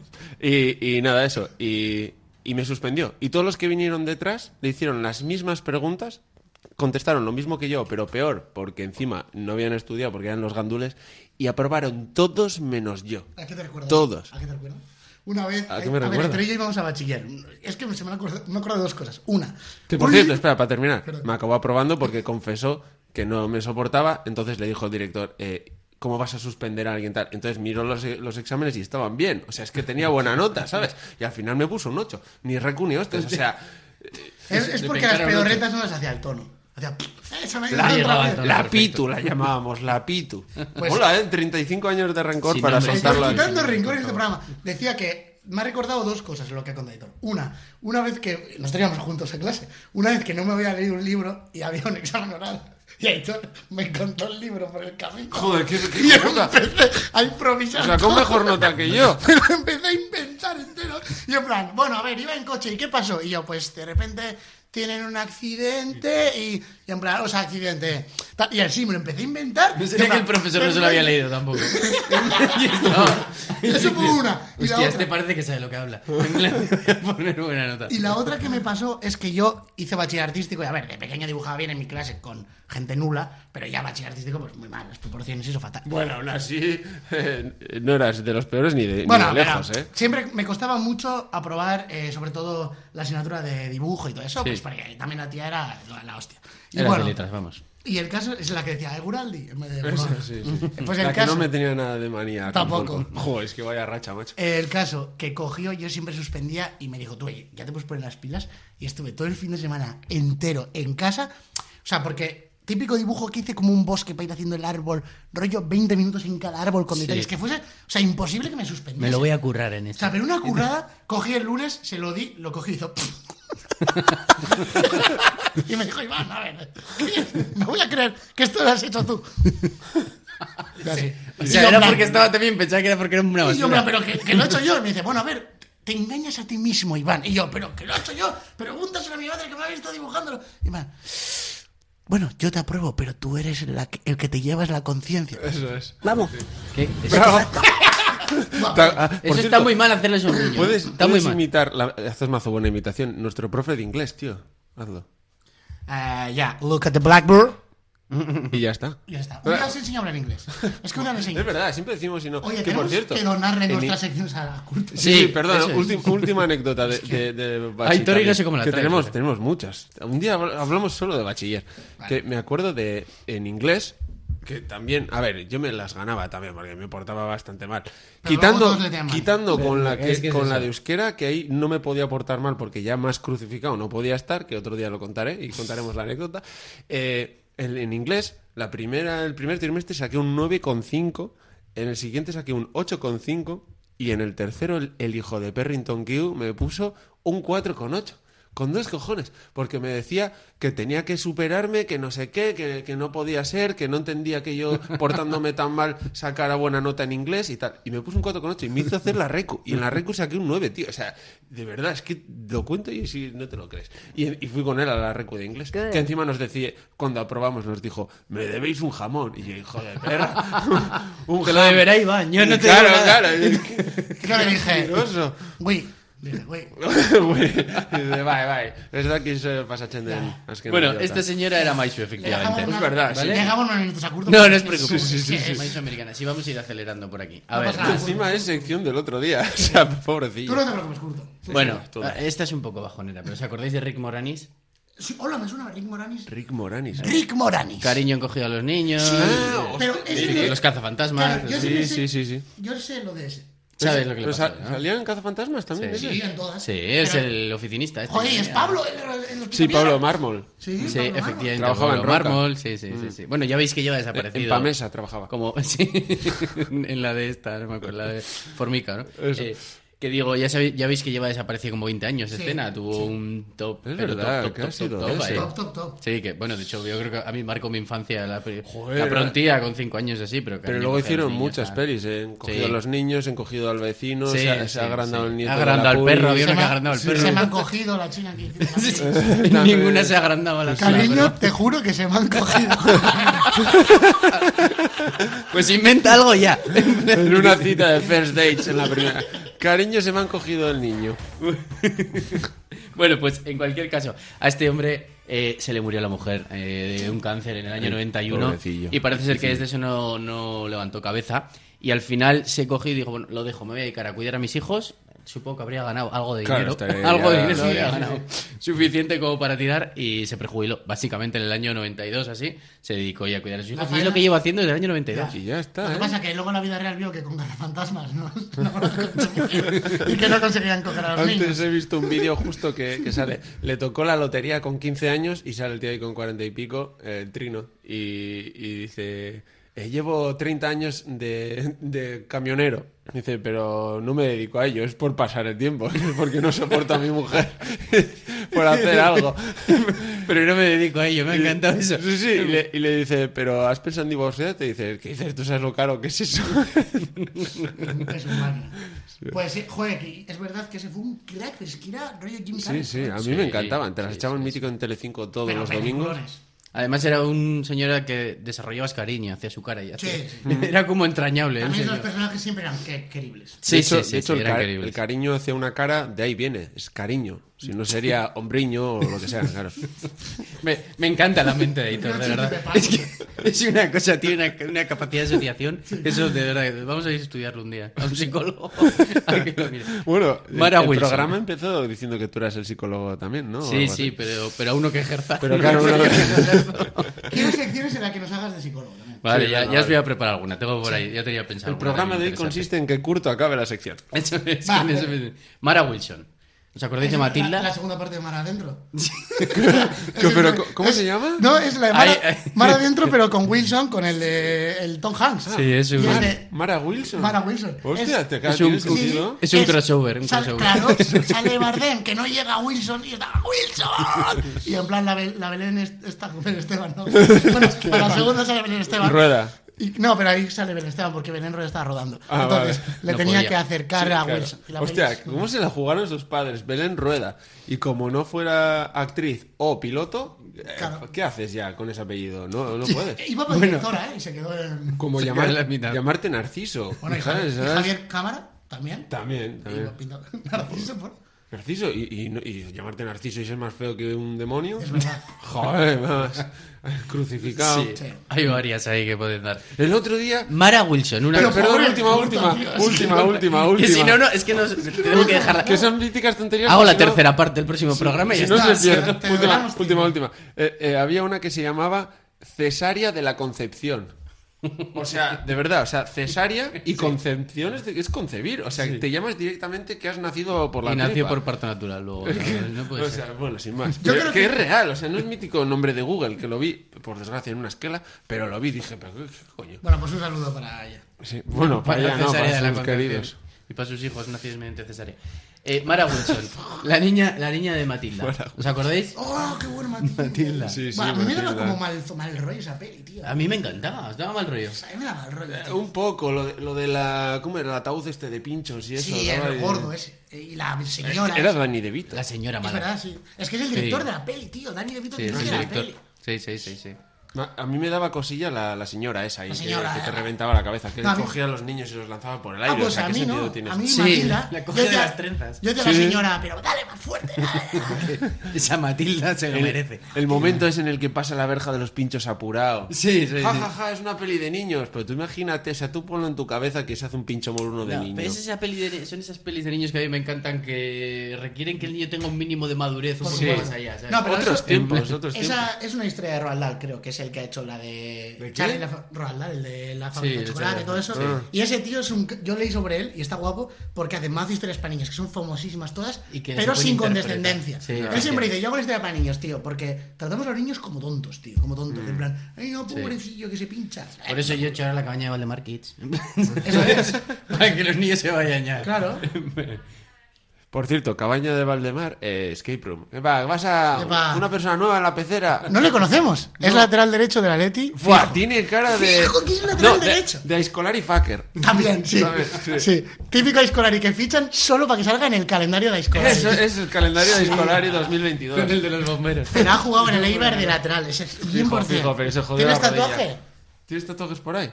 Y, y nada, eso. Y, y me suspendió. Y todos los que vinieron detrás le hicieron las mismas preguntas, contestaron lo mismo que yo, pero peor, porque encima no habían estudiado, porque eran los gandules, y aprobaron todos menos yo. ¿A qué te recuerdas? Todos. ¿A qué te recuerdas? Una vez, ¿A qué me ver, recuerda? entre ella íbamos a bachiller. Es que se me acuerdo, me acuerdo de dos cosas. Una, Que, por un cierto, libro- espera, para terminar, Perdón. me acabó aprobando porque confesó que no me soportaba, entonces le dijo el director, eh, ¿cómo vas a suspender a alguien tal? Entonces miró los, los exámenes y estaban bien, o sea, es que tenía buena nota, ¿sabes? Y al final me puso un 8, ni recu ni hostias, o sea, es, es de porque las pencar a noche. pedorretas no las hacía el tono. Hacía. Eso me La llegaba al tono. la perfecto. pitu la llamábamos, la pitu. Pues- Hola, ¿eh? 35 años de rencor Sin para nombre. soltarlo. Estoy aquí. quitando rincones de este programa. Decía que me ha recordado dos cosas lo que ha contado Aitor. Una, una vez que nos teníamos juntos en clase, una vez que no me había leído un libro y había un examen oral. Y Aitor me encontró el libro por el camino. Joder, qué, qué Y nota. empecé a improvisar. O sea, con mejor nota que yo. Pero empecé a inventar entero. Y en plan, bueno, a ver, iba en coche, ¿y qué pasó? Y yo, pues de repente tienen un accidente y, y en plan, o sea, accidente. tal. Y así me lo empecé a inventar. No Y en sería que plan, el profesor no se lo había leído tampoco. Eso fue una. Y la Hostia, otra- este parece que sabe lo que habla. Le voy a poner buena nota. Y la otra que me pasó es que yo hice bachiller artístico y a ver, de pequeño dibujaba bien en mi clase con gente nula, pero ya bachiller artístico, pues muy mal, las proporciones, eso fatal. Bueno, aún así, eh, no eras de los peores ni de, ni Bueno, de pero lejos, ¿eh? siempre me costaba mucho aprobar, eh, sobre todo la asignatura de dibujo y todo eso, Sí. pues porque también la tía era la, la hostia. Y Eras de bueno, letras, vamos. y el caso es la que decía Eguraldi en vez de Esa, Eguraldi. sí, sí. Pues el La que caso, no me tenía nada de manía. Tampoco. Joder, es que vaya racha, macho. el caso que cogió, yo siempre suspendía y me dijo, tú, oye, ya te puedes poner las pilas. Y estuve todo el fin de semana entero en casa. O sea, porque típico dibujo que hice como un bosque para ir haciendo el árbol, rollo 20 minutos en cada árbol con detalles que fuese. O sea, imposible que me suspendiese. Me lo voy a currar en O esto. sea, pero una currada, cogí el lunes, se lo di, lo cogí y hizo. y me dijo, Iván, a ver, no voy a creer que esto lo has hecho tú. Y así. O Y yo, sea, era plan- porque estaba también, pensaba que era porque era una y yo, en plan, basura. pero que, que lo he hecho yo. Y me dice, bueno, a ver, te engañas a ti mismo, Iván. Y yo, pero que lo he hecho yo. Pregúntaselo a mi madre que me ha visto dibujándolo. Iván, bueno, yo te apruebo, pero tú eres la que- el que te llevas la conciencia. Eso es. Vamos. ¿Qué? Eso, Ta- ah, por eso está cierto, muy mal hacerle eso a un niño. Puedes, está muy puedes mal. imitar, la- haces mazo buena imitación, nuestro profe de inglés, tío. Hazlo. Ah, ya, look at the blackboard. Y ya está. Ya está. Una vez enseñado a hablar inglés. Es que una vez enseñé. Es verdad, siempre decimos y no. Oye, que tenemos por cierto. que donar de en nuestras i- secciones a la cultura. Sí, Sí, perdón, eso es. ulti- última anécdota de, de, de bachiller. Aitor y no sé cómo la que traes, tenemos, joder. tenemos muchas. Un día habl- hablamos solo de bachiller. Que me acuerdo de en inglés que también, a ver, yo me las ganaba también porque me portaba bastante mal. Pero luego quitando todos le tenían mal. quitando con la que, es que es con eso. la de euskera que ahí no me podía portar mal porque ya más crucificado no podía estar, que otro día lo contaré y contaremos la anécdota. Eh, en, en inglés, la primera el primer trimestre saqué un 9,5, en el siguiente saqué un 8,5 y en el tercero el, el hijo de Perrington Q me puso un 4,8. Con dos cojones, porque me decía que tenía que superarme, que no sé qué, que, que no podía ser, que no entendía que yo, portándome tan mal, sacara buena nota en inglés y tal. Y me puso un 4,8 y me hizo hacer la recu. Y en la recu saqué un 9, tío. O sea, de verdad, es que lo cuento y si no te lo crees. Y, y fui con él a la recu de inglés, que encima nos decía, cuando aprobamos, nos dijo, me debéis un jamón. Y yo, hijo de perra, un Te lo jam". deberá Iván, yo no te Claro, digo nada. claro. Claro, le dije, Mentiroso. güey, dije, güey. Güey, dice, Bai, bai, ez dakit zer pasatzen den azken Bueno, este horietan. esta señora era Maisu, Le dejamos efectivamente. unas- verdad, le sí. dejamos unos minutos a curto. No, porque no os es- preocupéis. es que es- Maisu americana, sí vamos a ir acelerando por aquí. A No ver, pasa nada. Encima es sección del otro día, o sea, pobrecillo. Tú no te preocupes, curto. bueno, todo. esta es un poco bajonera, pero ¿os acordáis de Rick Moranis? Sí, Hola, me suena Rick Moranis. Rick Moranis. Rick Moranis. Cariño encogido a los niños. Ah, Pero hostia. ese y de- los cazafantasmas. Claro, yo Sí, siempre sí, sé- sí, sí. Yo sé lo de ese. ¿Sabes lo que le Pero pasa? sa- no? ¿Salían cazafantasmas también? Sí. Sí, ellos? en todas. Sí, es Pero- el oficinista. este. Joder, es Pablo. el- el- el Sí, hospital. Pablo Mármol. Sí, Sí, Pablo Mármol. efectivamente. Trabajaba en Pablo Roca. Mm. mármol, sí, sí, sí, sí. Bueno, ya veis que lleva desaparecido. En Pamesa trabajaba. Como, sí, en la de esta, no me acuerdo, la de Formica, ¿no? Eso. Eh, que digo, ya, sabéis- ya veis que lleva desaparecido como 20 años Sí, escena. Tuvo un top. Es pero verdad, top, ¿qué top, ha top, sido top, de ahí. ese? Top, top, top. Sí, que bueno, de hecho, yo creo que a mí marcó mi infancia la, pri- Joder, la prontía con 5 años así, pero. Pero cariño, luego coge a los hicieron niños, muchas tal. pelis, ¿eh? Han cogido Sí. a los niños, han cogido al vecino, Sí, se, ha- sí, se ha agrandado sí. el nieto. Ha de la agrandado al puli. perro, había Se una me que ha- ha agrandado al sí, perro. Se me han cogido la china que hizo la peli. No, Ninguna pero- se ha agrandado a la cara, Cariño, pero- te juro que se me han cogido. Pues inventa algo ya. En una cita de first dates en la primera. Cariño, se me han cogido el niño. Bueno, pues en cualquier caso, a este hombre eh, se le murió la mujer eh, de un cáncer en el año 91 pobrecillo. y parece ser que desde eso no, no levantó cabeza y al final se cogió y dijo, bueno, lo dejo, me voy a dedicar a cuidar a mis hijos. Supongo que habría ganado algo de Claro, dinero. estaría algo de ya- dinero Sí, habría sí, ganado. Suficiente como para tirar y se prejubiló. Básicamente en el año 92, así, se dedicó ya a cuidar a sus hijos. Y es lo que lleva haciendo desde el año 92. Y ya Lo está, que ¿eh? pasa que luego en la vida real vio que con cazafantasmas no, no lo conseguían. y que no conseguían coger a los Antes niños. he visto un vídeo justo que, que sale. Le tocó la lotería con 15 años y sale el tío ahí con 40 y pico, eh, el trino, y, y dice. eh, llevo 30 años de, de camionero. Dice, pero no me dedico a ello, es por pasar el tiempo, es porque no soporto a mi mujer por hacer algo. Pero no me dedico a ello, me ha encantado eso. Sí, sí, y le, y le dice, pero ¿has pensado en divorciarte? Y dice, ¿qué dices? ¿Tú sabes lo caro que es eso? Es un máquina. Pues, sí, joder, que es verdad que ese fue un crack, es que era rollo Jim Sí, Carrey. sí, a mí Sí, me encantaban. Te las sí, echaban sí, mítico en Telecinco todos Pero los domingos. peliculones. Además era un señor al que desarrollabas cariño hacia su cara y hacía- Sí, Era como entrañable. el También los señor. personajes siempre eran que- queribles. Sí, de hecho, sí, sí, de hecho, el, sí, eran ca- queribles. el cariño hacia una cara, de ahí viene, es cariño. Si no sería hombriño o lo que sea, claro. Me, me encanta la mente de Aitor, de verdad. Es que es una cosa, tiene una, una capacidad de asociación. Eso, de verdad, vamos a ir a estudiarlo un día. A un psicólogo. a que lo mire. Bueno, el, Mara el Wilson. programa empezó diciendo que tú eras el psicólogo también, ¿no? O Sí, algo sí, así. pero, pero a uno que ejerza. Oh, Pero claro, Uno uno que que- ejerza. Quiero secciones en las que nos hagas de psicólogo también. Vale, Sí, ya, bueno, ya os vale. voy a preparar alguna. Tengo por ahí, ya tenía pensado. El programa de hoy consiste en que Curto acabe la sección. Mara Wilson. ¿Os acordáis de Es Matilda? La, la segunda parte de Mar Adentro. ¿Qué- pero co- ¿Cómo Es- se llama? No, es la de Ahí, Mar, ahí. Mar Adentro, pero con Wilson, con el de el Tom Hanks. Sí, es un- Y Mar- de- Mara Wilson. Mara Wilson. Hostia, Es- te acabas es un- tiene sí. sentido. Es un crossover, un sale- crossover. Claro, sale Bardem, que no llega Wilson y está ¡Wilson! Y en plan, la, Be- la Belén es- está Belén Esteban, ¿no? Bueno, para la segunda sale Belén Esteban. Rueda. Y- no, pero ahí sale Belén Esteban porque Belén Rueda estaba rodando. Ah, Entonces, vale. le No tenía podía. que acercar Sí, a claro. Wilson. Y la Hostia, Belén- ¿cómo se la jugaron sus padres? Belén Rueda. Y como no fuera actriz o piloto, eh, Claro. ¿qué haces ya con ese apellido? No, no puedes. Iba para directora, ¿eh? Y se quedó en. Como Se llamar- queda en la mitad. llamarte Narciso. Bueno, y Javier, ¿sabes? y ¿sabes? Javier Cámara también. También, Y también. pintado- Narciso, pues por- Narciso. Y, y no- y llamarte Narciso y ser más feo que un demonio. Es verdad. Joder, más. Crucificado. Sí, hay varias ahí que pueden dar. El otro día. Mara Wilson, una Pero, por perdón, favor, última, puta, última, tío. última, última, Que última. si no, no, es que nos, tenemos que dejarla. Que son míticas tonterías. Hago la porque no- tercera parte del próximo programa y Si ya no está. se se- pierde. te Última, logramos, tío. última, última. Eh, eh, había una que se llamaba Cesárea de la Concepción. O sea, de verdad, o sea, cesárea y concepción es, de- es concebir. O sea, que te llamas directamente que has nacido por la Y nació tripa. por parto natural luego. No, no puede o ser. sea, bueno, sin más. Yo Pero creo que, que- es real, o sea, no es mítico nombre de Google, que lo vi, por desgracia, en una esquela, pero lo vi y dije, pero qué coño. Bueno, pues un saludo para ella. Sí, bueno, para, Para allá no, cesárea para de la sus Concepción. queridos. Y para sus hijos nacidos mediante cesárea. Eh, Mara Wilson, la niña, la niña de Matilda. ¿Os acordáis? ¡Oh, qué buen Matilda! Sí, sí, Buah, a mí me daba Matilda. como mal, mal rollo esa peli, tío. A mí me encantaba, os daba mal rollo. A mí me daba mal rollo. Eh, tío. Un poco, lo de, lo de la. ¿Cómo era? El ataúd este de pinchos y eso. Sí, daba el y- gordo ese. eh, Y la señora. Era esa. Dani DeVito. La señora Es mala. verdad, sí. Es que es el director Sí. de la peli, tío. Dani DeVito Sí, dirige sí, la director. peli. Sí, sí, sí, sí. A a mí me daba cosilla la, la señora esa ahí, La que- señora, que, te eh. reventaba la cabeza, que No, a mí- cogía a los niños y los lanzaba por el aire. Ah, pues o sea, a ¿qué mí sentido no. tiene A eso? mí Sí, Matilda. la yo coge de te- las trenzas. Yo te la señora, pero dale más fuerte. dale. Esa Matilda se lo El- merece. El momento es en el que pasa la verja de los pinchos apurado. Sí, sí, sí. Ja, ja, ja, es una peli de niños. Pero tú imagínate, o sea, tú ponlo en tu cabeza que se hace un pincho moruno de No, niño. pero es esa peli de- son esas pelis de niños que a mí me encantan que requieren que el niño tenga un mínimo de madurez un Por poco supuesto. más allá. Pues ¿sabes? No, pero Otros eso- tiempos, otros tiempos. Esa es una historia de Roald Dahl, creo que es el que ha hecho la de, quién? Charlie y la fa- Roald Dahl, el de la Sí, fábrica el de chocolate de- y todo eso. sí. Y ese tío es un yo leí sobre él y está guapo porque además de historias para niños que son famosísimas todas, Y que pero se pueden sin interpretar. condescendencia. Sí, él claro. siempre dice, yo hago historia para niños, tío, porque tratamos a los niños como tontos, tío, como tontos, en plan, ay no, pobrecillo que se pincha. Eh, Por eso yo he hecho ahora la cabaña de Valdemar Kids. Eso es. Para que los niños se vayan ya. Claro. Por cierto, Cabaña de Valdemar, eh, Escape Room. Va, vas a Epa. una persona nueva en la pecera. No le conocemos. Es lateral derecho de la Leti. Buah, tiene cara de. Fijo que es lateral de- derecho. De escolar y fucker. También, sí. También, sí. sí. Típico Aiscolari que fichan solo para que salga en el calendario de Aiscolari. Eso es el calendario de Escolari 2022. Con el de los bomberos. Pero ha jugado en el Eibar de lateral, ese es 100%. Fijo, fijo, pero se jodió ¿Tienes la rodilla. tatuaje? ¿Tienes tatuajes por ahí?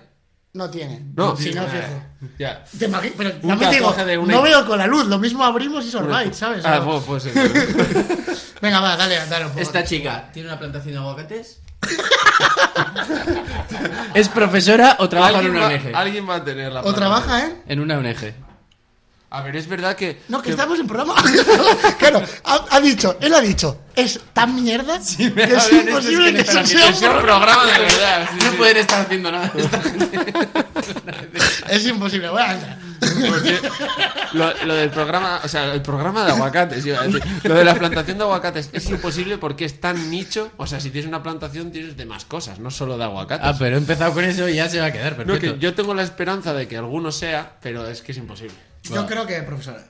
No tiene. No. si no, Ah, fijo. Ya. Te imagi- pero también te digo, tatuaje de una- no veo con la luz, lo mismo abrimos y sorbites, ¿sabes? Ah, No. vos, pues eso. Venga, va, dale, dale un poco. Esta chica tiene una plantación de aguacates. ¿Es profesora o trabaja en ¿Alguien, una va, ONG? alguien va a tener la O plata. trabaja, ¿eh? En una ONG. A ver, es verdad que. No, que que- estamos en programa. claro, ha, ha dicho, él ha dicho, es tan mierda que hablan es estos que imposible ni que para eso que sea te un Es un programa. programa de Ah, verdad. sí, No sí. pueden estar haciendo nada. Es imposible. Bueno, anda. Porque lo, lo del programa, o sea, el programa de aguacates, iba a decir. lo de la plantación de aguacates es imposible porque es tan nicho. O sea, si tienes una plantación tienes de más cosas, no solo de aguacates. Ah, pero he empezado con eso y ya se va a quedar No, perfecto. que yo tengo la esperanza de que alguno sea, pero es que es imposible. Yo creo que, profesora.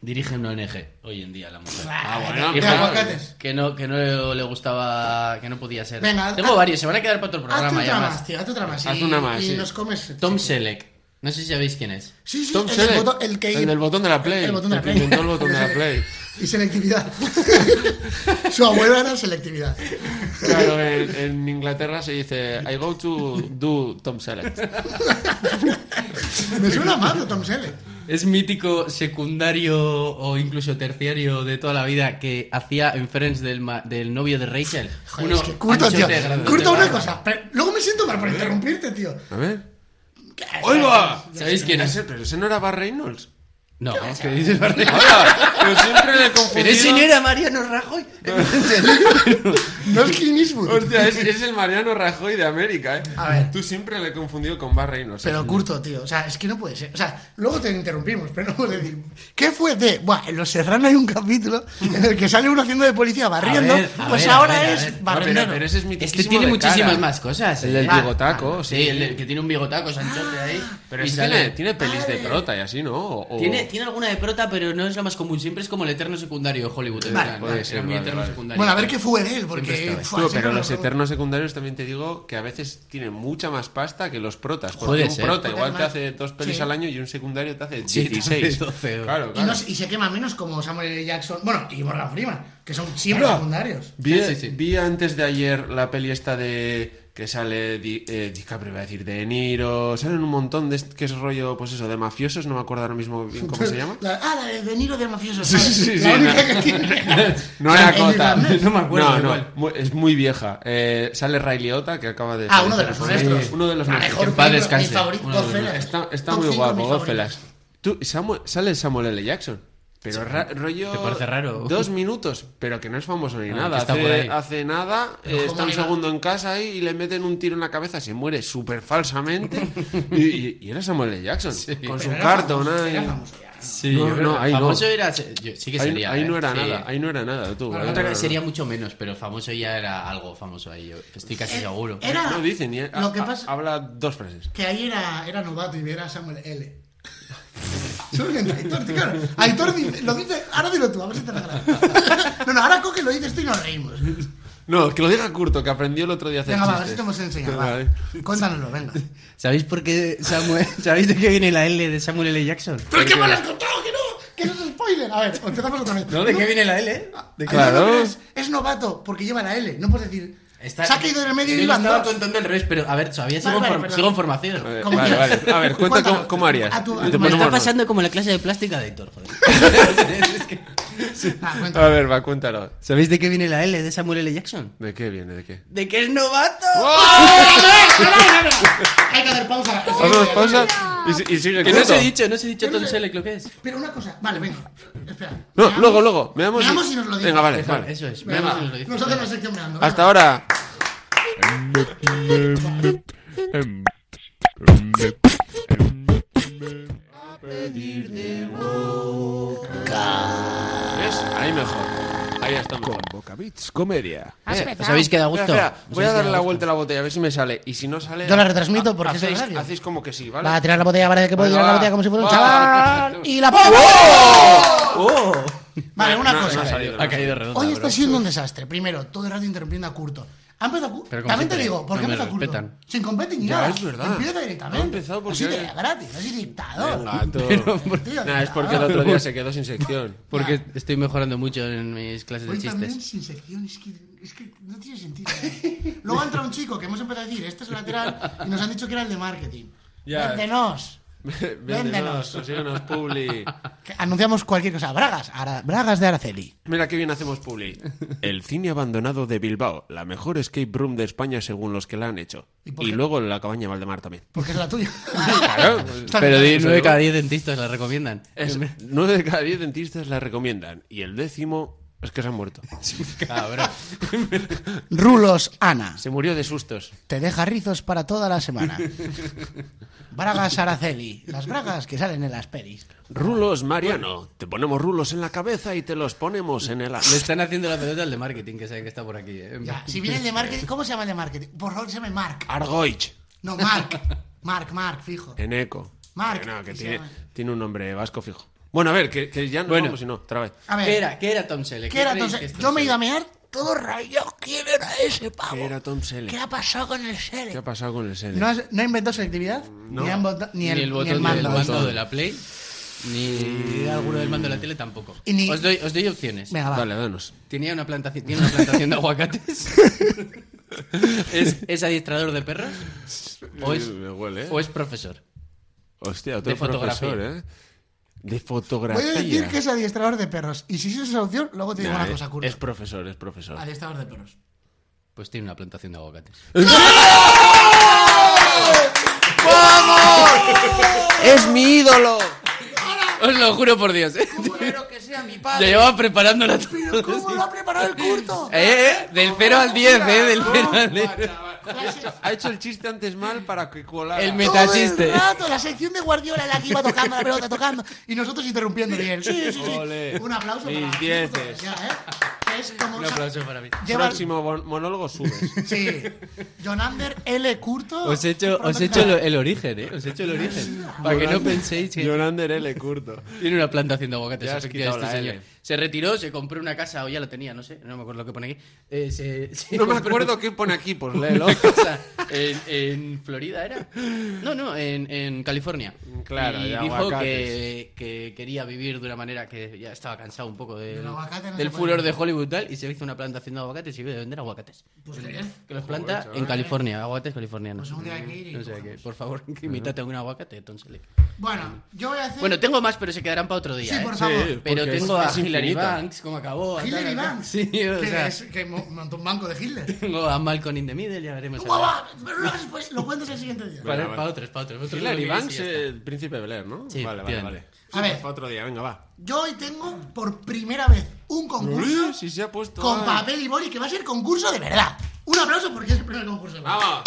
Dirige una ONG hoy en día la mujer. Ah, bueno, de claro. aguacates. Que no, que no le gustaba, que no podía ser. Venga, Tengo haz- varios, se van a quedar para otro Haz programa ya otra más. más, tío. Haz otra más. Haz y- una más, Y sí. nos comes. Tom Selleck. No sé si sabéis quién es. Sí, sí, Tom el, del Selleck, botón- el que el del botón de la Play, El botón de la el que Play. inventó el botón de la Play. Y selectividad. Su abuelo era selectividad. Claro, en, en Inglaterra se dice I go to do Tom Selleck. Me suena malo Tom Selleck. Es mítico secundario o incluso terciario de toda la vida que hacía en Friends del, ma- del novio de Rachel. Joder, Uno es que curto, ancho tío. de grado de Curto una barba. cosa. pero luego me siento mal por interrumpirte, tío. A ver. ¡Oiga! ¿Sabéis quién es? Ese- Pero ese no era Bar Reynolds. No, ¿qué dices, Barney? ¡Hola! Pero siempre le he Pero confundido. ese no era Mariano Rajoy. No es Clint Eastwood. Hostia, es, es el Mariano Rajoy de América, ¿eh? A ver. Tú siempre le he confundido con Bar Reynolds. Pero curto, tío. O sea, es que no puede ser. O sea, luego te interrumpimos, pero no puedes decir. ¿Qué fue de.? Buah, en Los Serrano hay un capítulo en el que sale uno haciendo de policía barriendo. A ver, a pues ver, ahora a ver, a ver. es No, pero, barrendero. pero ese es mi Este tiene muchísimas más cosas. El eh. del Ah, bigotaco, ah, sí. el del que tiene un bigotaco, Sanchote ahí. Pero Y ese sale- tiene, tiene pelis de prota y así, ¿no? O- o- Tiene, tiene alguna de prota, pero no es lo más común. Siempre es como el eterno secundario de Hollywood. en plan, puede era ser, muy vale, eterno vale. secundario. Bueno, a ver qué fue de él, porque. Siempre está fua, Tú, siempre pero me los lo- eternos secundarios también te digo que a veces tienen mucha más pasta que los protas. Porque Puede un ser. prota igual te Además, hace dos pelis sí. al año y un secundario te hace Sí, te hace 16. 12, o- claro, Y, no- claro. y se quema menos como Samuel L. Jackson. Bueno, y Morgan Freeman, que son siempre Claro. secundarios. Vi, Sí, sí, sí. vi antes de ayer la peli esta de que sale Di, eh, DiCaprio, iba a decir De Niro, salen un montón de est- que es rollo, pues eso, de mafiosos, no me acuerdo ahora mismo bien cómo se llama. La- ah, la de De Niro del mafioso. Sí, ¿sabes? sí, sí, La sí, única no. que tiene. No era Emily Cota. Blunt. No me acuerdo No, de no, cuál. mu- es muy vieja. Eh, sale Ray Liotta, que acaba de. Ah, uno de los fallecer. maestros. Sí, Uno de los La maestros. mejor en paz película, descanse. Mi favorito, Uno de los Goodfellas. Está, está Top muy cinco guapo, mis Gofelas. Tú, Samuel- sale Samuel L. Jackson. Pero ra- rollo. ¿Te parece raro? Dos minutos, pero que no es famoso ni Ah, nada. que está por ahí. Hace, hace nada, eh, ¿cómo está un era? segundo en casa ahí y le meten un tiro en la cabeza, se muere súper falsamente. y, y- y era Samuel L. Jackson. Con su Pero era cartón famoso, ahí. era famoso ya. Sí, No, yo- no, ahí no. famoso era. yo- sí que Ahí, sería. ahí ¿eh? no era Sí. nada, ahí no era nada, tú. eh. Bueno, ahí no, no pero era sería nada. mucho menos, pero famoso ya era algo famoso ahí. yo Estoy casi Eh, seguro. Era. No dice ni. Lo que pasa- Habla dos frases. Que ahí era, era novato y era Samuel L. Solo que entra Aitor, tío, claro. Aitor dice, lo dice, ahora dilo tú, a ver si te regalas. No, no, ahora coge, lo dices tú y nos reímos. No, que lo diga Curto, que aprendió el otro día a hacer Venga, va, a ver si chistes. te hemos enseñado. va. Vale. Cuéntanoslo, venga. ¿Sabéis por qué Samuel, ¿Sabéis de qué viene la L de Samuel L. Jackson? ¡Pero es que me lo has contado, que no! ¡Que eso es spoiler! A ver, empezamos otra vez. ¿No? ¿De qué viene la L? Ah, Claro. no, no, pero es, es novato, porque lleva la L. No puedes decir. Está- se ha caído en el medio Yo y lo iban estaba dos. contando al revés, pero a ver, todavía Vale, sigo, en vale, form- perdón. sigo en formación. Vale, Como Eh, vale, quieras. vale. A ver, cuenta Cuéntanos. cómo, cómo harías. A tu- a Y te tu Me está ponemos- pasando como la clase de plástica de Héctor, joder. Ah, cuenta. A ver, va, cuéntalo. ¿Sabéis de qué viene la L de Samuel L. Jackson? ¿De qué viene? ¿De qué? ¡De que es novato! Hay que hacer pausa. Hacemos pausa y, si- y sigue Que no os Curto. he dicho, no os he dicho Yo no Tom sé. Selleck lo que es. Pero una cosa, vale, venga. Espera. No, Meamos. luego, luego. Veamos Meamos y nos lo dices. Venga, vale, Eso- vale. Eso es. Venga, Veamos va. si nos lo dice. Nosotros nos sección meando. Hasta ahora. ¿Ves? Ahí mejor. Ahí está mejor. Con Bocabits Comedia. Eh, ¿Os habéis quedado a gusto? Espera, espera, ¿Os voy a darle habéis quedado la a vuelta a la botella, a ver si me sale. Y si no sale. Yo la retransmito porque es hacéis, radio. hacéis como que sí, ¿vale? Va a tirar la botella, vale, que puedo Venga, tirar la va. botella como si fuera un Va. chaval. Y la pongo. ¡Oh! Vale, una No, no cosa. ha salido, gusto? no Ha caído redonda. Hoy bro. está siendo un desastre. Primero, todo el rato interrumpiendo a Curto. Ha empezado Curto. Pero como También te siempre, digo, ¿por no qué me empezó Curto? respetan. Sin competi ni Ya, nada. es verdad. Empieza directamente. Ha empezado porque- Así de gratis, así dictador. Gato. Tío, Nah, es porque el dictador. otro día se quedó sin sección. Porque estoy mejorando mucho en mis clases de Hoy también chistes. sin sección, es que, es que no tiene sentido. ¿eh? Luego entra un chico que hemos empezado a decir, este es lateral, y nos han dicho que era el de marketing. Ya. Véndenos. Véndenos, consíguenos Publi. Que Anunciamos cualquier cosa. Bragas, Ara- Bragas de Araceli. Mira qué bien hacemos Publi. El cine abandonado de Bilbao, la mejor escape room de España según los que la han hecho. ¿Y por Y qué? luego la cabaña Valdemar también. Porque es la tuya. Claro. Pues, Está Pero bien. di- nueve cada 10 dentistas la recomiendan. Es- nueve de cada diez dentistas la recomiendan. Y el décimo es que se han muerto. Cabrón. Rulos Ana. Se murió de sustos. Te deja rizos para toda la semana. Bragas Araceli, las bragas que salen en las pelis. Rulos, Mariano. Te ponemos rulos en la cabeza y te los ponemos en el... as- Le están haciendo la pelota al de marketing, que saben que está por aquí. ¿eh? Ya, Ah, si viene el de marketing, ¿cómo se llama el de marketing? Por favor, se llame Mark. Argoich. No, Mark. Mark, Mark, fijo. En eco. Marc, Que no, que que se tiene, llama. tiene un nombre vasco fijo. Bueno, a ver, que, que ya no Bueno. vamos, sino otra vez. A ver, ¿Qué era? ¿Qué era Tom Selleck? ¿qué era creéis que entonces? es Tom Yo me he ido a Selleck? mear todo rayado. ¿Quién era ese pavo? ¿Qué era Tom Selleck? ¿Qué ha pasado con el Selleck? ¿Qué ha pasado con el Selleck? ¿No, has- no inventó selectividad? Ni, han vota- ni Ni el, el, botón ni el mando. del mando de la Play, ni alguno del mando de la tele tampoco. Y ni- Os, doy, os doy opciones. Venga, va. Dale, danos. Tenía una plantación, tiene una plantación de aguacates. ¿Es, es adiestrador de perros? ¿O es, Me huele, ¿eh? o es profesor? Hostia, otro Pues, de fotografía. profesor, ¿eh? De Voy fotografía. a decir que es adiestrador de perros. Y si es esa opción, luego te digo Nah, una cosa, curva. Es profesor, es profesor. Adiestrador de perros. Pues tiene una plantación de aguacates. ¡Es mi ídolo! Os lo juro por Dios. ¿eh? Lo llevaba preparando la ¿Cómo lo ha preparado el curto? Eh, eh, Del 0 al 10, ¿eh? Del 0 al 10. Ha hecho el chiste antes mal para que colara. El Todo el metachiste. rato, la sección de Guardiola en la que iba tocando la pelota, tocando. Y nosotros interrumpiendo bien. Sí, sí, sí. Ole. Un aplauso Mis para dieces. Ya, ¿eh? Es como... Un aplauso para mí. Lleva- Próximo mon- monólogo subes. Sí. Jonander L. Curto. Os he hecho, os he hecho el, el origen, ¿eh? Os he hecho el origen. Para que no penséis que... Jonander L. Curto. Tiene una plantación de aguacates. Ya has efectivamente, quitado este la señor. L. Se retiró, se compró una casa, o ya la tenía, no sé, no me acuerdo lo que pone aquí. Eh, se- se No me compró acuerdo qué pone aquí, pues léelo. Una casa en, en Florida, ¿era? No, no, en, en California. Claro, y de dijo aguacates. que, que quería vivir de una manera que ya estaba cansado un poco del, Del aguacate no del se puede furor de vivir. Hollywood tal, y se hizo una plantación de aguacates y vive de vender aguacates. Pues, ¿eh? Que los planta en California, aguacates Pues californianos. un día hay que ir y No sé cogemos. qué, por favor, que imítate a un aguacate, Tom Selleck. Bueno, yo voy a hacer... Bueno, tengo más, pero se quedarán para otro día. Sí, ¿eh? por favor. Sí. Pero Porque tengo a es Hillary infinita. Banks, como acabó. a tal, Hillary a tal. Banks. Sí, o que, sea, es- que mo- montó un banco de Hitler. tengo a Malcolm in the Middle, ya veremos. a ¡Guau, ver. guau! Pero no, después lo cuentas el siguiente día. Para, Venga, para va. otros, para otros. otros Hillary lo que Banks, sí, ya está. el príncipe Beler, ¿no? Sí, vale, vale, bien. vale. A ver. Para otro día, venga, va. Yo hoy tengo por primera vez un concurso Uy, si se ha puesto. con ahí. papel y boli que va a ser concurso de verdad. Un aplauso porque es el primer concurso. de verdad. Vamos.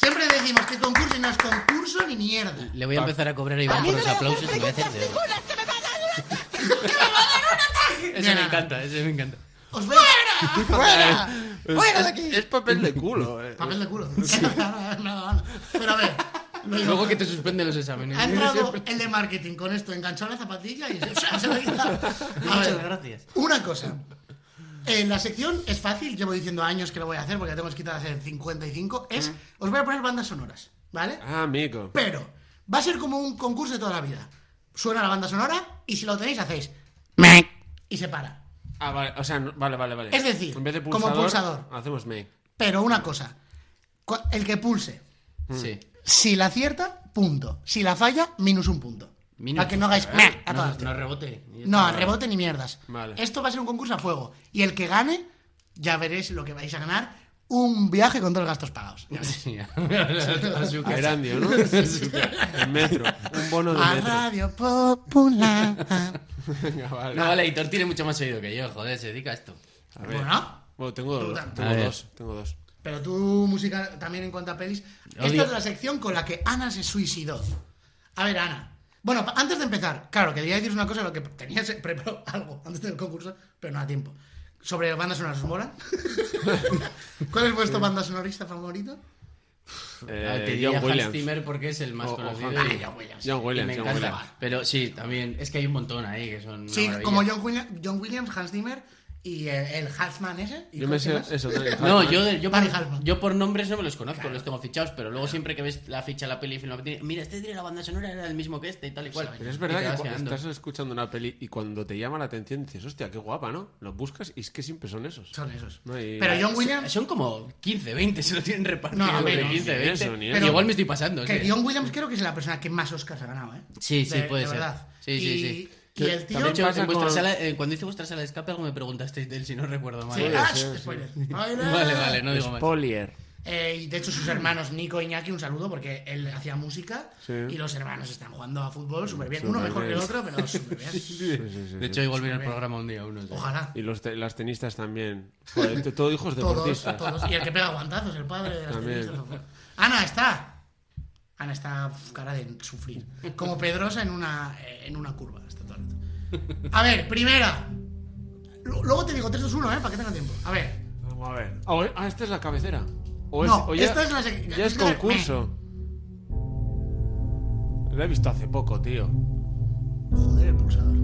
Siempre decimos que concurso y no es concurso ni mierda. Le voy a empezar a cobrar a Iván por los aplausos y me voy a hacer de oro. Ese me Mira. encanta, ese me encanta. ¡Os veo! ¡Fuera! ¡Fuera! ¡Fuera de Eh, aquí! Es papel de culo, eh. Papel de culo. Nada, nada. Pero a ver. lo digo. Luego que te suspenden los exámenes. Ha entrado el de marketing con esto, enganchado a la zapatilla y se, se lo quita. A ver, Muchas gracias. Una cosa. En la sección es fácil, llevo diciendo años que lo voy a hacer porque la tengo escrita hace 55. Es, os voy a poner bandas sonoras, ¿vale? Ah, amigo. Pero va a ser como un concurso de toda la vida. Suena la banda sonora y si lo tenéis hacéis. "Mec", Y se para. Ah, vale, o sea, no- vale, vale, vale. Es decir, en vez de como pulsador, pulsador. hacemos make. Pero una cosa. cua- El que pulse. Sí. Si la acierta, punto. Si la falla, minus un punto. Minus. ¿eh? Para que no hagáis. "Mec" a todas. No, no rebote. No, rebote ni mierdas. Vale. Esto va a ser un concurso a fuego. Y el que gane, ya veréis lo que vais a ganar. Un viaje con todos los gastos pagados. Sí, a su A casa. Erandio, ¿no? en metro. Un bono de A metro. Radio Popular. Venga, vale. No, vale, Hitor tiene mucho más oído que yo, joder, se dedica a esto. A ver. bueno, Bueno, tengo, Tú dos, también. tengo A ver. dos. Tengo dos. pero tú, música también en cuanto a pelis. Esta Odio. es la sección con la que Ana se suicidó. A ver, Ana. Bueno, pa- antes de empezar, claro, quería deciros una cosa, lo que tenías preparado algo antes del concurso, pero no da tiempo. Sobre bandas sonoras, ¿os mola? ¿Cuál es vuestro banda sonorista favorito? Eh, Ah, te diría John Hans Williams. Zimmer porque es el más O- o conocido. Hans- y- John y me Williams, John encanta. Williams. Pero sí, también, es que hay un montón ahí que son. una Sí, maravilla. como John, William- John Williams, Hans Zimmer y el, el Halfman ese. ¿Y Yo cómo me se sé llama? eso también. No, Hartman. yo, de- yo, Vale, por, Halfman. yo por nombres no me los conozco, los tengo fichados, pero luego siempre que ves la ficha, la peli y mira, este tiene la banda sonora, era el mismo que este y tal y cual. Pero es Y te verdad vas que cuando quedando. estás escuchando una peli y cuando te llama la atención dices, hostia, qué guapa, ¿no? Los buscas y es que siempre son esos. Son esos. No hay- Pero John Son- Williams, Son como 15, 20, se lo tienen repartido. No, entre menos, 15, ni 20. eso, ni Y eso. Igual me estoy pasando. que sí. John Williams creo que es la persona que más Oscars ha ganado, ¿eh? Sí, sí, De- puede de ser. verdad. Sí, sí, Y- sí. Y el tío... De hecho, pasa en vuestra con- sala, eh, cuando hice vuestra sala de escape, algo me preguntasteis de él, si no recuerdo mal. Sí, Puede ah, ser, sh- sí. spoiler. Spoiler. Vale, vale, no digo más. Polier. Eh, y de hecho sus hermanos Nico y Iñaki, un saludo porque él hacía música Sí. y los hermanos están jugando a fútbol súper bien. Uno mejor que el otro, pero súper bien. De hecho, igual viene el programa un día, uno. sí. Ojalá. Y los te- las tenistas también. Joder, t- todo hijos Todos, deportistas. todos. Y el que pega guantazos, el padre de las También. tenistas. Ana, está. Ana está cara de sufrir. Como Pedrosa en una, eh, en una curva. Está todo el rato. A ver, primera. Lu- Luego te digo 3, 2, 1, ¿eh? Para que tenga tiempo. A ver. Vamos a ver. Ah, ah, esta es la cabecera. O es, No, o ya, esta es la sec- ya es concurso. La he visto hace poco, tío. Joder, el pulsador.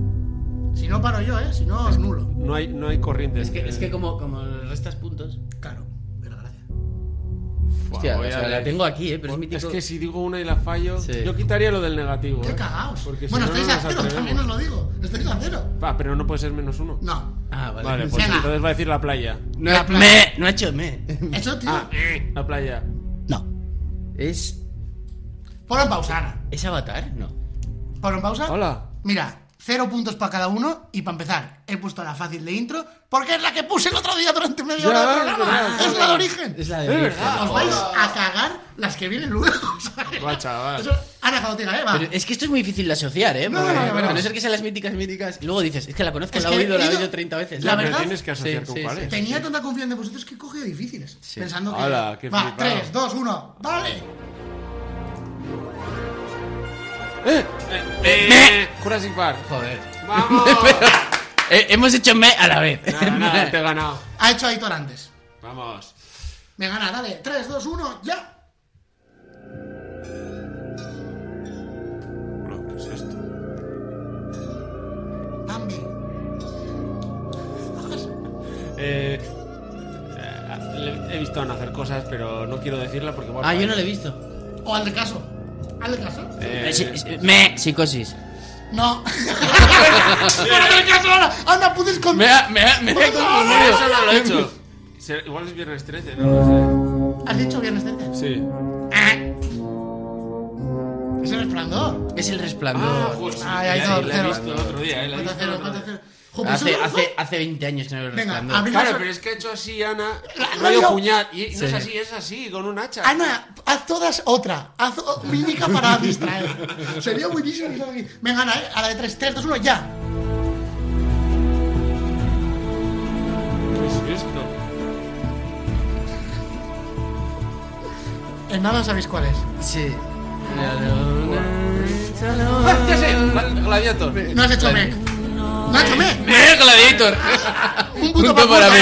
Si no paro yo, ¿eh? Si no, es nulo. No hay, no hay corriente. Es que, entre- es que como, como restas puntos. Claro, desgracia. Fua, Hostia, voy o a sea, ver. la tengo aquí, ¿eh? Pero es Es, mi típico- que si digo una y la fallo, Sí. yo quitaría lo del negativo. Qué ¿eh? cagaos. Porque si bueno, no, no estáis a nos cero, también os atrevemos. lo digo. Estáis a cero. Ah, pero no puede ser menos uno. No. Ah, vale. Vale, pues Venga. entonces va a decir la playa. No, La playa. me, no ha hecho me. Eso, tío. Ah, la playa. No. ¿Es, Ponlo en pausa, Ana. ¿Es Avatar? No. Ponlo en pausa. Hola. Mira, cero puntos para cada uno. Y para empezar, he puesto la fácil de intro porque es la que puse el otro día durante media Ya, hora de es programa. verdad, es Es la de origen. Es la Es de origen. verdad. Os vais a cagar las que vienen luego, ¿sabes? Va, chaval. Eso, Ana, cuando diga, eh, va. Pero es que esto es muy difícil de asociar, ¿eh? No, no, Porque, no, no, no. A no ser que sean las míticas, míticas. Luego dices, es que la conozco, Es la que he oído, la he digo- oído 30 veces. La Pero verdad- tienes que asociar Sí, con sí, cuál es. Tenía tanta confianza en vosotros que he cogido difíciles. eh, Sí. Pensando que. Hala, qué va, flipado. 3, 2, 1, ¡dale! Eh, Jurassic Park. Joder. ¡Vamos! Eh, hemos hecho me a la vez. nada, nada, te he ganado. Ha hecho Aitor antes. Vamos. Me gana, dale. 3, 2, 1, ya. ¿Qué es esto? Bambi. Eh, eh, he visto a Ana hacer cosas, pero no quiero decirla porque... Ah, yo no le he visto. O al de caso. ¿Al de caso? Eh, Eh, sí, sí, me, psicosis. No. Pero al de caso ahora. Anda, puedes con. Me, ha- me, ha- me, ha- No, no, Eso no lo he hecho. Se- Igual es viernes 13, no lo ¿Has dicho viernes 13? sé. Sí. Es el resplandor. Es el Ah, resplandor. justo. Ay, ay, no, la he cero. visto el otro día, eh. la he visto el 4-0, otro día. 4-0. Jo, pues hace, eso no hace, fue- hace 20 años que no veo el Venga, resplandor. abrí- Claro, pero es que ha hecho así, Ana. La- Radio radio- puñal. Y no es Sí. así, es así, con un hacha. Ana, haz todas otra. Haz o- mímica para distraer. Sería buenísimo. que salga aquí. Venga, Ana, eh, a la de 3, 3, 2, 1, ya. ¿Qué es esto? En nada Eh, sabéis cuál es. Sí. Ah, ya sé, gla- gladiator. No has hecho mec. No has hecho mec. ¡Me, gladiator! Un puto Punto para para mí.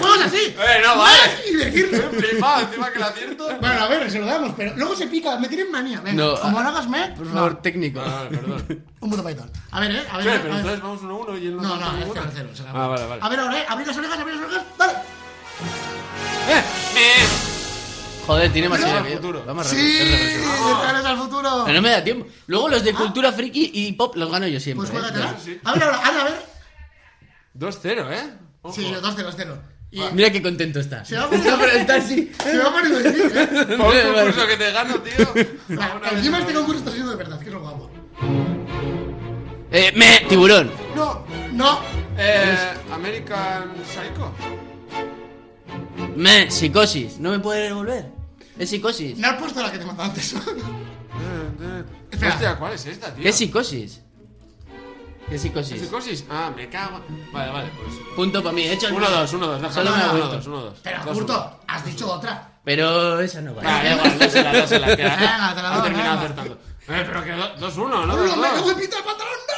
Juegos así. Eh, no, vale. Y decirlo. Flipado, encima que la acierto. Bueno, a ver, se lo damos, pero luego se pica, me tienen manía. Venga, No, como ah, no hagas me, Por no. favor, técnico. Ah, perdón. Sí, un puto Python. A ver, eh, a ver. pero a ver. entonces vamos 1-1 uno, a uno y él No, marca no, es ninguna. 0-0, se la Ah, vale, vale. A ver, ahora, eh, abrir las orejas, abrir las orejas, dale. ¡Eh! ¡Eh! Joder, tiene más Pero- idea que yo. futuro. Vamos Sí, rápido, es rápido. de regreso al futuro. Pero no me da tiempo. Luego los de cultura friki y pop los gano yo siempre. Ah. Pues ¿eh? juégatela. sí, sí. A ver, ahora, ahora, a ver. 2-0, ¿eh? Ojo. Sí, 2-0, 0 Y Ah. Mira qué contento está. Se va a poner- Pero está así. se va a poner difícil, eh. Por un concurso que te gano, tío. Va, Alguna vez Encima no. este concurso está siendo de verdad, que es lo guapo. Eh, me, tiburón. No, no. Eh, American Psycho. Me, psicosis. No me puede devolver. Es psicosis. No has puesto la que te mandaba antes. Espera. Hostia, ¿cuál es esta, tío? ¿Qué es psicosis? ¿Qué es ¿Es psicosis? psicosis? Ah, me cago. Vale, vale, pues. Punto para mí. He hecho el 1-2, 1-2, déjalo. Solo me ha 1-2, vuelto. 1-2. Pero, Curto, has dicho otra. Pero esa no Ah, vale. da igual, dásela, dásela, que Venga, te la ha doy, terminado venga. acertando. Eh, pero que 2-1, ¿no? ¡No, me Dos, cago dos. en pita el patrón! ¡No!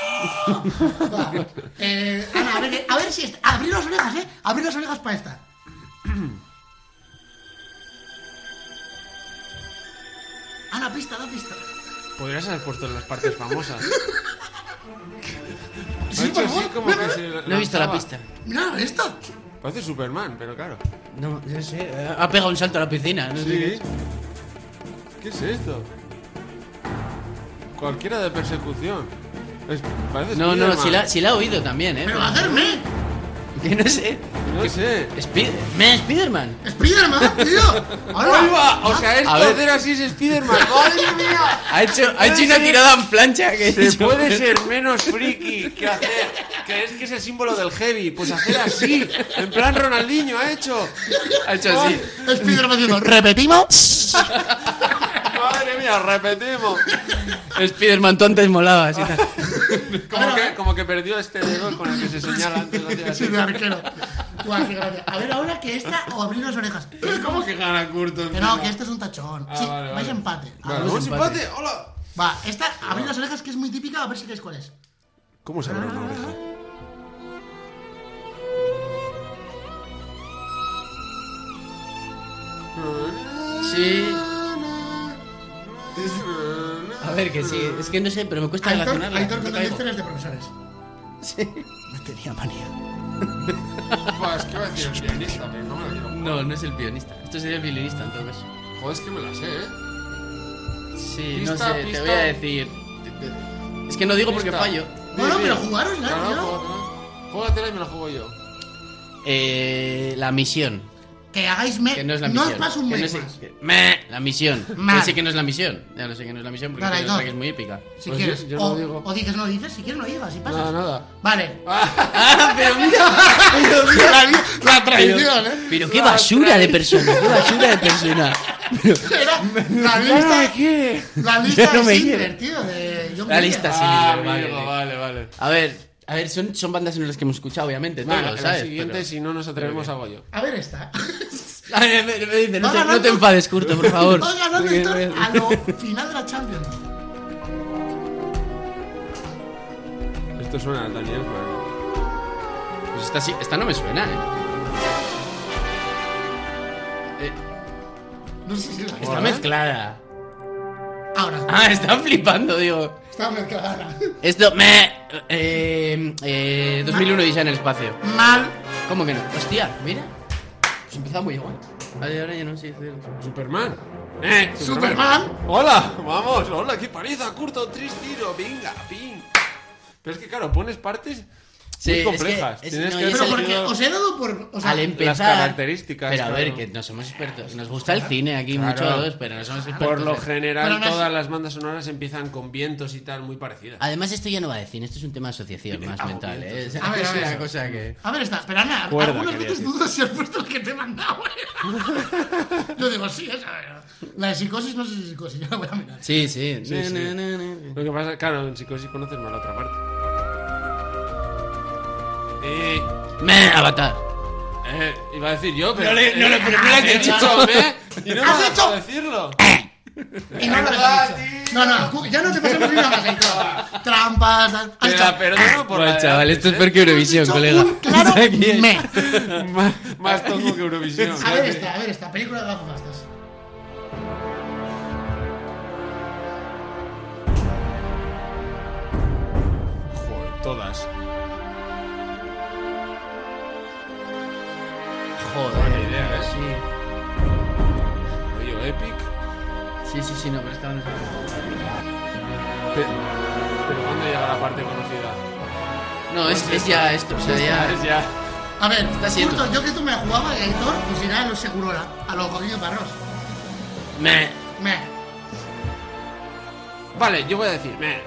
Va. Eh, Ana, a ver, a ver si. es- Abrir las orejas, ¿eh? Abrir las orejas para esta. Ana, pista, da pista. Podrías haber puesto las partes famosas. Sí, pues, por favor. Mira, mira. No he visto la pista. Mira, esta. Parece Superman, pero claro. No, yo sé. eh, Ha pegado un salto a la piscina. No sé qué es. ¿Qué es esto? Cualquiera de persecución. Es- parece No, no, Spiderman. si la, si la he oído también, ¿eh? Pero va a hacerme. Que no sé. No sé. Spi- me, Spiderman. Spiderman, tío. ¡Ahí Hola. va! O sea, esto ¡Ah! A ver. hacer así es Spiderman. ¡Madre mía! Ha hecho, ha hecho Sí. una tirada en plancha que Se yo- puede ser menos friki que hacer. Que es que es el símbolo del heavy. Pues hacer así. En plan Ronaldinho ha hecho. Ha hecho así. Spiderman diciendo, repetimos. Madre mía, repetimos. Spiderman, tú antes molabas y tal. Como que, como que perdió este dedo con el que se señala antes. lo hacía así. Sí, de arquero. Guau, qué gracia. A ver, ahora que esta o abrir las orejas. ¿Cómo que gana Curto? Que no, que este es un tachón. Ah, sí, vale, vais vale. a empate. A Claro, ver, vamos empate. ¡Hola! Va, esta, abrir las orejas que es muy típica, a ver si queréis cuál es. ¿Cómo se abre una oreja? Sí. A ver, que sí. Es que no sé, pero me cuesta Aitor, relacionarla. Aitor No con caigo. historias de profesores. Me tenía manía. Pues, ¿qué va a decir el pianista? Pero no me lo quiero. No, no es el pianista. Esto sería el violinista, en todo caso. Joder, es que me la sé, ¿eh? Sí, no Pista, sé, te pista. voy a decir. Es que no digo porque Pista. fallo. Bueno, Sí, pero sí. jugaros, No, ya, no, tío. juégatela. Juégatela y me la juego yo. Eh, la misión. Que hagáis me. Que no es la os misión. paso un que mes no es- más. que- Meh, la misión. Mal. Ya sé que no es la misión. Ya lo sé que no es la misión porque Vale, tiene no. otra que es muy épica. Si Pues quieres. yo- yo o, no digo. o dices, no dices, si quieres, no digas, y pasas. Nada, nada. Vale. ¡Ah, pero mira! la, traición, Pero, ¿eh? pero qué basura de persona, qué basura de persona. Era la lista. La lista de Silver, tío. De John La Mayer. lista sí, Ah, vale. amigo, vale, vale. A ver, a ver, son, son bandas en las que hemos escuchado, obviamente, Bueno, todos, en la ¿sabes? siguiente, Pero- si no nos atrevemos, hago yo. A ver, esta. A ver, me- me dice, no, Va te, no ganando. te enfades, Curto, por favor. Va ganando Porque- Aitor a lo final de la Champions. Esto suena a Daniel, pero... Pues esta, sí- esta no me suena, ¿eh? Eh, No sé si es la Está mezclada. Ahora, Ah, está flipando, digo. está mezclada. Esto, me. Eh, eh, 2001 dice en el espacio. Mal. ¿Cómo que no? Hostia, mira. Pues empezaba muy igual. Vale, ahora ya no sé. hacer- Superman. Eh, Superman. Hola, vamos, hola, qué paliza, curto, tres tiro, venga, ping. Pero es que claro, pones partes Sí, muy es que- complejas. es- Tienes no, que y es Pero el- porque haber os he dado por. O sea, Al empezar. características, Pero a ver, claro. que no somos expertos. Nos gusta el cine aquí Claro. mucho a dos, pero no somos expertos. Por lo en- general, Pero no es- todas las bandas sonoras empiezan con vientos y tal, muy parecidas. Además, esto ya no va de cine, esto es un tema de asociación más Ah, mental, bien, ¿eh? O entonces. sea, A ver, es a ver, una eso. cosa que. A ver, está, pero Ana, Cuerda, algunas quería veces decir. dudas si has puesto el que te he mandado, eh. Yo digo, sí, esa era. La de psicosis no sé si es psicosis, ya la voy a mirar. Sí, sí. Sí, Na, sí. na, na, na. Lo que pasa, claro, en psicosis conoces más la otra parte. Eh, Me, Avatar. eh, iba a decir yo, pero. No le- no le- pero no le has He dicho. ¿eh? Y no me ¿Has has dicho? decirlo. Y no lo Ah, he dicho. No, no, cu- ya no te pasemos ni una más, Aitor. Trampas, has Te dicho- la perdono por Bueno, la chaval, edad, esto es ¿eh? peor que Eurovisión, has dicho colega. un claro O sea que- me. más, más tongo que Eurovisión. A ver esta, a ver esta, película de gafas. Joder, todas. Joder. idea, Sí, Rollo Epic. sí, sí, sí, no, pero estaban. Pe- Pero ¿cuándo llega la parte conocida? No, es, es ya esto, o sea, Es ya. ya. ¿eh? A ver, siendo. justo yo que tú me la jugaba, y Aitor, pues irá a los Segurola, a los Joaquín Parros. Me. Me. Vale, yo voy a decir. meh.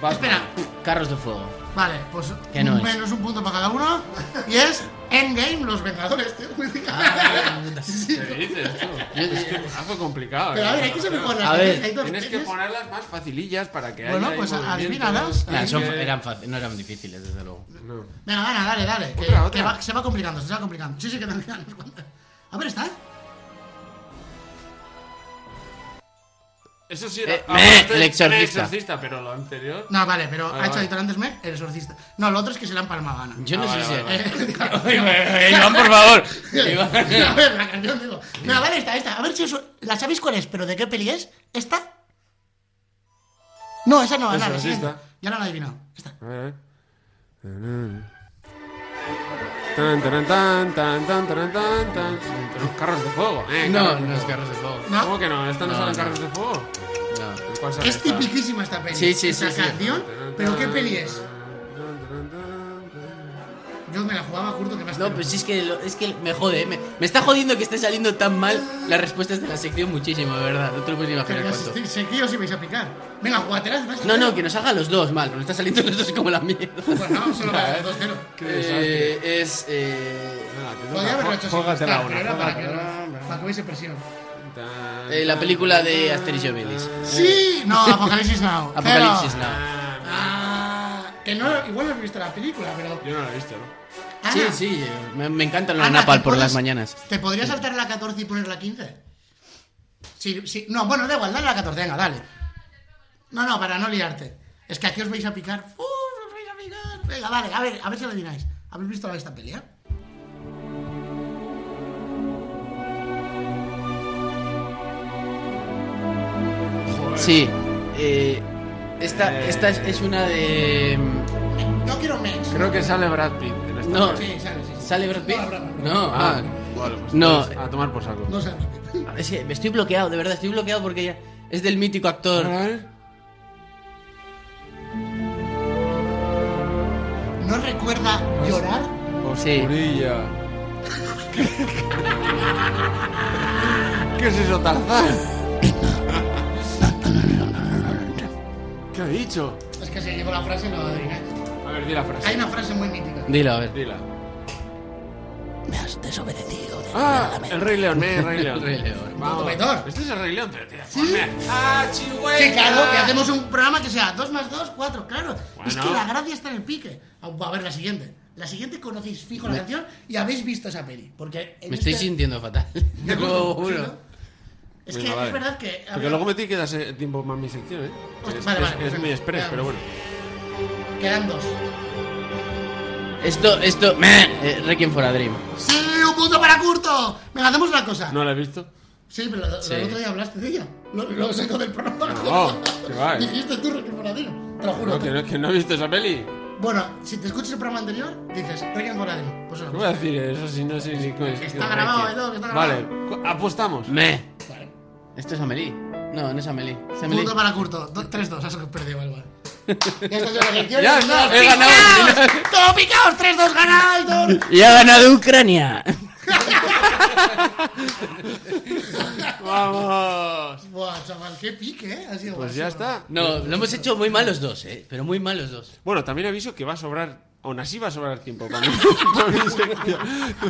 Batman. Espera, Carros de fuego. Vale, pues Que no es. menos un punto para cada uno. Y es Endgame, los Vengadores. Ah, tío. Sí, sí. ¿Qué dices tú? Yo- Es que hace complicado. Pero a ¿eh? ver, hay que saber jugar A las ver, hay dos Tienes que pequeñas. ponerlas más facilillas para que Bueno, haya. ahí pues movimiento. adivinalas. Nah, son- que- Ah, eran faci- no eran difíciles, desde luego. No. Venga, gana, dale, dale. Que, Otra, otra. que va- se va complicando, se va complicando. Sí, sí, que te quedan unas cuantas. A ver, está. Eso sí era. Eh, ah, meh, este- el exorcista. El exorcista, pero lo anterior. No, vale, pero Vale, ha hecho Ah, vale. editor antes me, el exorcista. No, lo otro es que se le han palmado a Ana. Yo no Ah, sé vale, si. vale, vale. Eh, Iván, por favor. Iván. a ver, la canción digo. Venga, vale, esta, esta. A ver si os- la sabéis cuál es, pero de qué peli es. ¿Esta? No, esa no, Ana, la Exorcista. siguiente. Ya no la he adivinado. Esta. A ver. Tan, taran, tan, tan, tan, taran, tan, tan. Pero carros de fuego. Eh, No, carros de no es fuego. carros de fuego. No. Este ¿Cómo que no? ¿Estas no, No, salen no. carros de fuego? No. ¿Cuál sale Es esta? tipiquísima esta peli. Sí, sí, Esta sí, sí. canción, pero ¿qué peli es? Pero Yo me la jugaba, curto que más. No, pues es que, lo- es que me jode, eh. me, me está jodiendo que esté saliendo tan mal las respuestas de la sección muchísimo, de verdad. No te lo puedes ni Pero imaginar ya cuánto. sé, sé que os ibais a picar. Venga, jugatela. más. No, no, que nos haga los dos mal, pero está saliendo los dos como la mierda. Pues no, solo para el 2-0. Eh, es. Eh, Podría haberlo hecho sin Jógatela gustar, una, pero era para que, jógatela no- para que hubiese presión. eh, la película de Asterix y Obelix. ¡Sí! No, Apocalipsis Now. Ah. Apocalipsis Cero. Now. Ah, Que no, igual no has visto la película, pero. Yo no lo he visto, ¿no? Sí, Ana, sí, eh, me, me encanta la Ana, Napal Ah, ¿te por puedes- las mañanas. ¿Te podría saltar la 14 y poner la 15? Sí, sí. No, bueno, da igual, dale la 14, venga, dale. No, no, para no liarte. Es que aquí os vais a picar. ¡Uf, os vais a picar! Venga, vale, a ver, a ver si lo adivináis. ¿Habéis visto esta eh? pelea? Sí. eh, esta, esta es, es una de. mm, Yo quiero Mex. Creo que sale Brad Pitt en esta No. Sí, sale, sí. sí. ¿Sale Brad Pitt? No, habrá, habrá. No, ah. Vale, pues No. entonces, A tomar por saco. No sale. Es que estoy bloqueado, de verdad, estoy bloqueado porque ya es del mítico actor. Ah. ¿No recuerda llorar? Sí. Oscurilla. ¿Qué es eso, Tarzán? ¿Qué ha dicho? Es que se llevó la frase y no la adivináis. A ver, di la frase. Hay una frase muy mítica. Dilo, a ver. Dila. Me has desobedecido. De Ah, el Rey León, eh, el Rey León. El Rey León. Vamos. Prometedor. Este es el Rey León, pero tío. ponme- ¡Ah, chihuahua! Sí, claro, que hacemos un programa que sea 2 más 2, 4, claro. Es Ah. Bueno. que la gracia está en el pique. A a ver, la siguiente. La siguiente conocéis fijo la canción y habéis visto esa peli. Porque en Me estoy este- sintiendo fatal. ¿De Te acuerdo? lo Sí, juro. ¿no? Es Venga, que vale. es verdad que. a Porque ver, luego me tiene que darse tiempo más mi sección, ¿eh? Hostia, es, vale, vale, es- es perfecto. muy express, Veamos. pero bueno. Quedan dos. Esto, esto. meh, eh, Requiem for a Dream. ¡Sí! ¡Un punto para Curto! Venga, hacemos una cosa. ¿No la he visto? Sí, pero la- la- Sí. el otro día hablaste de ella. Lo, lo saco del programa. No, que va, eh. Dijiste tú, Requiem for a Dream. Te lo juro. No, que no, que no he visto esa peli. Bueno, si te escuchas el programa anterior, dices Requiem for a Dream. Pues eso. ¿Qué voy a decir eso si no sé ni qué es? Está grabado, eh, no, que está grabado. Vale, cu- apostamos. Meh. Vale. Esto es Amelie. No, no es Amelie. Es Amelie. Punto para Curto. 3-2, has perdido igual. Ya está la elección. Ya está, he ganado. ¡Todo picaos! ¡3-2 gana Aitor! Y ha ganado Ucrania. ¡Vamos! Buah, chaval, qué pique, ¿eh? Ha sido Pues buenísimo. ya está. No, lo hemos hecho muy mal los dos, eh. Pero muy mal los dos. Bueno, también aviso que va a sobrar. Aún así va a sobrar tiempo para mí. para mi sección.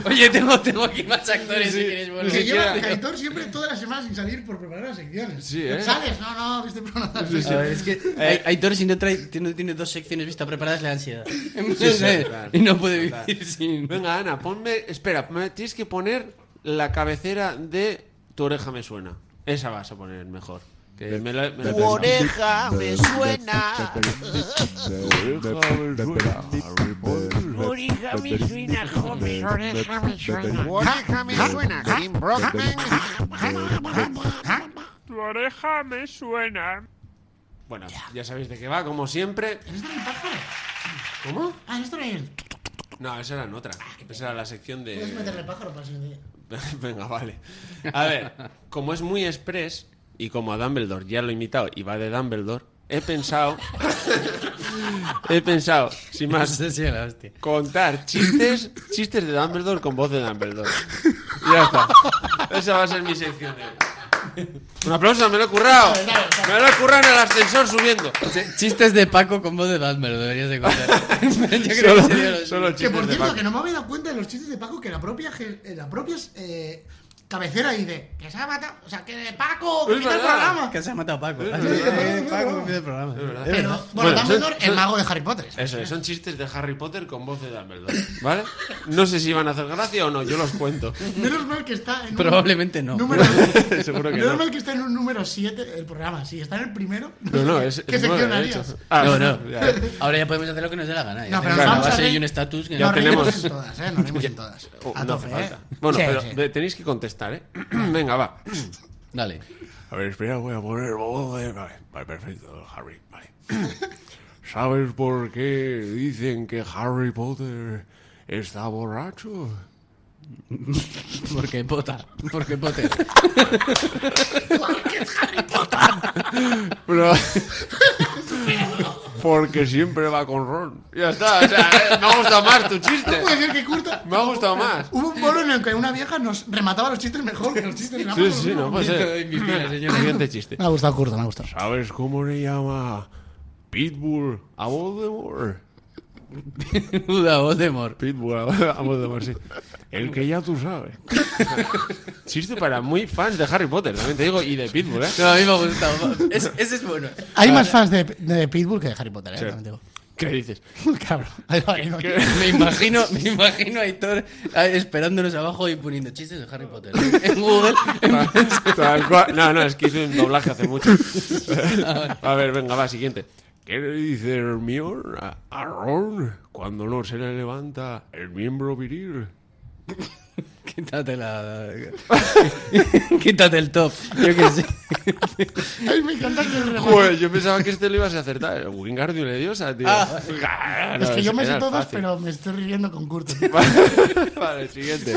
Oye, tengo, tengo aquí más actores si Sí. queréis Que volver. Sí, lleva siquiera- Aitor siempre todas las semanas sin salir por preparar las secciones. Sí, ¿eh? ¿Sales? No, no, viste programa. A ver, es que Ai- Aitor, si no, trae, si no tiene dos secciones vista preparadas, le da ansiedad. Entonces, claro. y no puede vivir sin. Venga, Ana, ponme. Espera, me tienes que poner la cabecera de Tu oreja me suena. Esa vas a poner mejor. Que me la, me la he pensado. oreja me suena. Oreja me suena, joven. Oreja me suena. Oreja me suena. Jim Brockman. ¿Ah? Bueno, ya sabéis de qué va, como siempre. ¿Eres un pájaro? ¿Cómo? Ah, esto no es él. No, esa era en otra. Esa era la sección de. Puedes meterle pájaro para el siguiente día. Venga, vale. A ver, como es muy express y como a Dumbledore ya lo he imitado y va de Dumbledore, he pensado. he pensado, sin más, Sí, la hostia. contar chistes, chistes de Dumbledore con voz de Dumbledore. Ya está. Esa va a ser mi sección. de hoy. Un aplauso, me lo he currado. Me lo he currado en el ascensor subiendo. Ch- eh, Chistes de Paco con voz de Batman, lo deberías de contar. Yo creo que sería lo- Solo Que por chistes de cierto, Paco. que no me había dado cuenta de los chistes de Paco, que la propia, ge- eh, la propia eh, cabecera dice que se ha matado. O sea, que de Paco, que Es quita el verdad. programa. Que se ha matado Paco. verdad, Eh, es Paco verdad. empieza el programa. verdad. Es Pero, verdad. bueno, Bueno, Dumbledore, son- el son- mago de Harry Potter. Eso es, son chistes de Harry Potter con voz de Dumbledore, ¿vale? No sé si van a hacer gracia o no, yo los cuento. Menos mal que está en un- Probablemente no. Número, Seguro que menos no. mal que está en un número 7 el programa. Si está en el primero, No, no, es, ¿qué es nueve, sección de hecho. harías? Ah, No, no. ya. Ahora ya podemos hacer lo que nos dé la gana. Ya No, pero tenemos nos una vamos a base reír. y un estatus que Ya Nos reímos tenemos. en todas, ¿eh? Nos reímos en todas. Oh, A no hace tope, ¿eh? falta. Bueno, Sí, pero sí. de- tenéis que contestar, ¿eh? Venga, va. Dale. A ver, espera, voy a poner voz de- Vale, vale, perfecto, Harry, vale. ¿Sabes por qué dicen que Harry Potter está borracho? Porque pota. Porque pote. Pero- Porque siempre va con Ron. Ya está, o sea, eh, me ha gustado más tu chiste. No puede ser que curto. Me ha gustado más. Hubo un bolo en el que una vieja nos remataba los chistes mejor que los chistes de la Sí, mano. sí, no puede Doy mi fila, ser. señor. Siguiente chiste. Me ha gustado curto, me ha gustado. ¿Sabes cómo le llama Pitbull a Voldemort? Duda, Voldemort. Pitbull a a Voldemort, sí. El que ya tú sabes. Chiste para muy fans de Harry Potter, también te digo, y de Pitbull, ¿eh? No, a mí me ha gustado. Es- ese es bueno. Hay más fans de, de Pitbull que de Harry Potter, ¿eh? También digo. ¿Qué le dices? Cabrón. Ay, vale, no. Me imagino, me imagino a Aitor ah, esperándonos abajo y poniendo chistes de Harry Potter en Google. Tal cual. No, no, es que hice un doblaje hace mucho. A ver, venga, va, siguiente. ¿Qué le dice Hermione a- a Ron cuando no se le levanta el miembro viril? Quítate la... Quítate el top. Yo qué sé. Ay, me encanta que Joder, yo pensaba que este lo ibas a acertar. Wingardium Leviosa, tío. Ah, Es que yo me sé todos, todas, pero me estoy riendo con Curto. Vale, siguiente.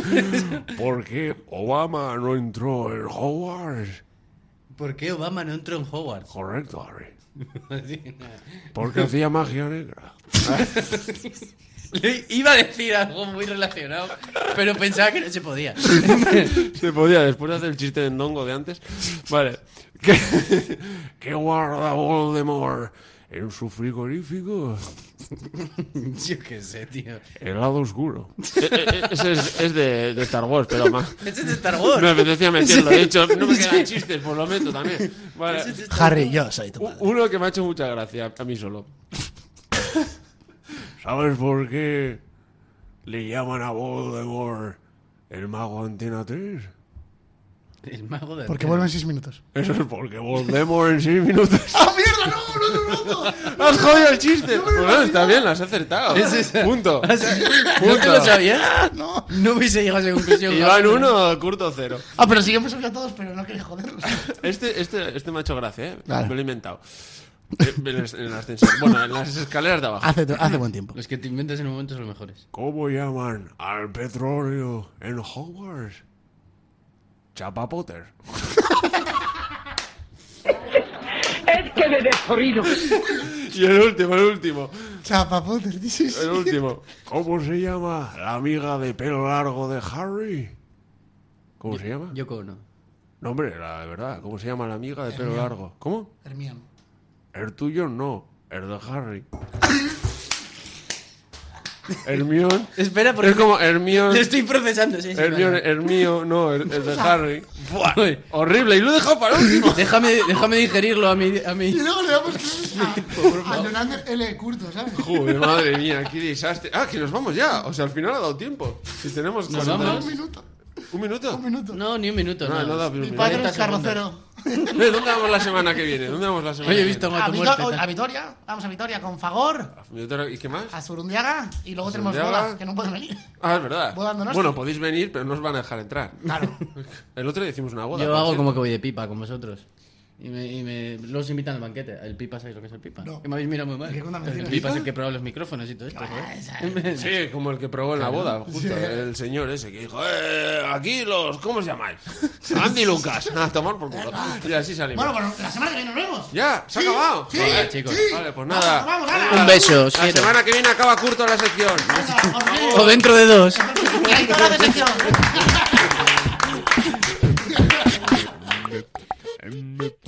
¿Por qué Obama no entró en Hogwarts? ¿Por qué Obama no entró en Hogwarts? Correcto, Harry. Así, nada. Porque hacía magia negra. Le iba a decir algo muy relacionado, pero pensaba que no se podía. Se podía, después de hacer el chiste de Ndongo de antes. Vale. ¿Qué, qué guarda Voldemort en su frigorífico? Yo qué sé, tío. El lado oscuro. Eh, eh, Ese es, es de, de Star Wars, pero más. Ese es de Star Me Wars. apetecía meterlo, de hecho. No me quedan chistes, por lo meto también. Vale. Ese es de Star- Harry, yo soy tu U- padre. Uno que me ha hecho mucha gracia, a mí solo. ¿Sabes por qué le llaman a Voldemort el mago Antena 3? El mago de... Porque vuelven seis minutos. Eso es porque Voldemort en 6 minutos. ¡Ah, mierda! ¡No, no, no, no! ¡Has jodido el chiste! Bueno, está bien, lo has acertado. Punto. ¿No te Puta. lo sabías? No. No hubiese llegado a esa conclusión. Iván uno, Curto cero. Ah, pero sí que me sabía todos, pero no quería joderlos. Este, este, este me ha hecho gracia, ¿eh? Me lo he inventado. Eh, En el, en el ascensor. Bueno, en las escaleras de Ah. abajo. Hace, hace buen tiempo. Los que te inventas en un momento son los mejores. ¿Cómo llaman al petróleo en Hogwarts? Chapa Potter. Y el último, el último. Chapa Potter, dices. El último. ¿Cómo se llama la amiga de pelo largo de Harry? ¿Cómo se llama? Yo cono. No, hombre, la de verdad. ¿Cómo se llama la amiga de pelo largo? ¿Cómo? Hermión. El tuyo no, el de Harry. Hermión. Espera, porque Es como Hermión. lo estoy procesando. Sí, sí, Hermión, vale. Hermío, no, el, el de Harry. Buah, Uy. horrible, y lo he dejado para el último. Déjame, déjame digerirlo a mi... A mi... Y luego le damos clases a, a Leonardo L. Curto, ¿sabes? Joder, madre mía, qué desastre. Ah, que nos vamos ya. O sea, al final ha dado tiempo. Si tenemos Nos cuarenta- vamos. Un minuto, ¿Un minuto? un minuto. No, ni un minuto. No, No, no da ni un Mi minuto. padre 40 es carrocero. Eh, ¿Dónde vamos la semana que viene? ¿Dónde vamos la semana Hoy he que visto A, Gato Vito- Muerte. a Vitoria, vamos a Vitoria con Fagor, viene? Yo te- ¿Y qué más? Ah, a Surundiaga y luego tenemos Surundiaga. bodas que no pueden venir. Ah, es verdad. Boda en Donosti. Bueno, podéis venir, pero no os van a dejar entrar. Claro. El otro día hicimos una boda. Yo por hago cierto. como que voy de pipa con vosotros. Y me, y me- luego os invitan al banquete. El pipa, ¿sabéis lo que es el pipa? No. Que me habéis mirado muy mal. ¿Qué cuenta el mentira? pipa Ah, es el que prueba los micrófonos y todo esto. joder. Sí, como el que probó en la boda, justo. El señor ese que dijo, eh, aquí los, ¿cómo os llamáis? Andy y Lucas. A tomar por culo. Y así salimos. Bueno, bueno, la semana que viene nos vemos. ya, se ha acabado. sí, Joder, chicos. Vale, pues Vamos, nada. vamos, gana. Un beso, os La quiero. semana que viene acaba curto la sección. Venga, por favor. O dentro de dos. Y ahí toda la decepción. Em,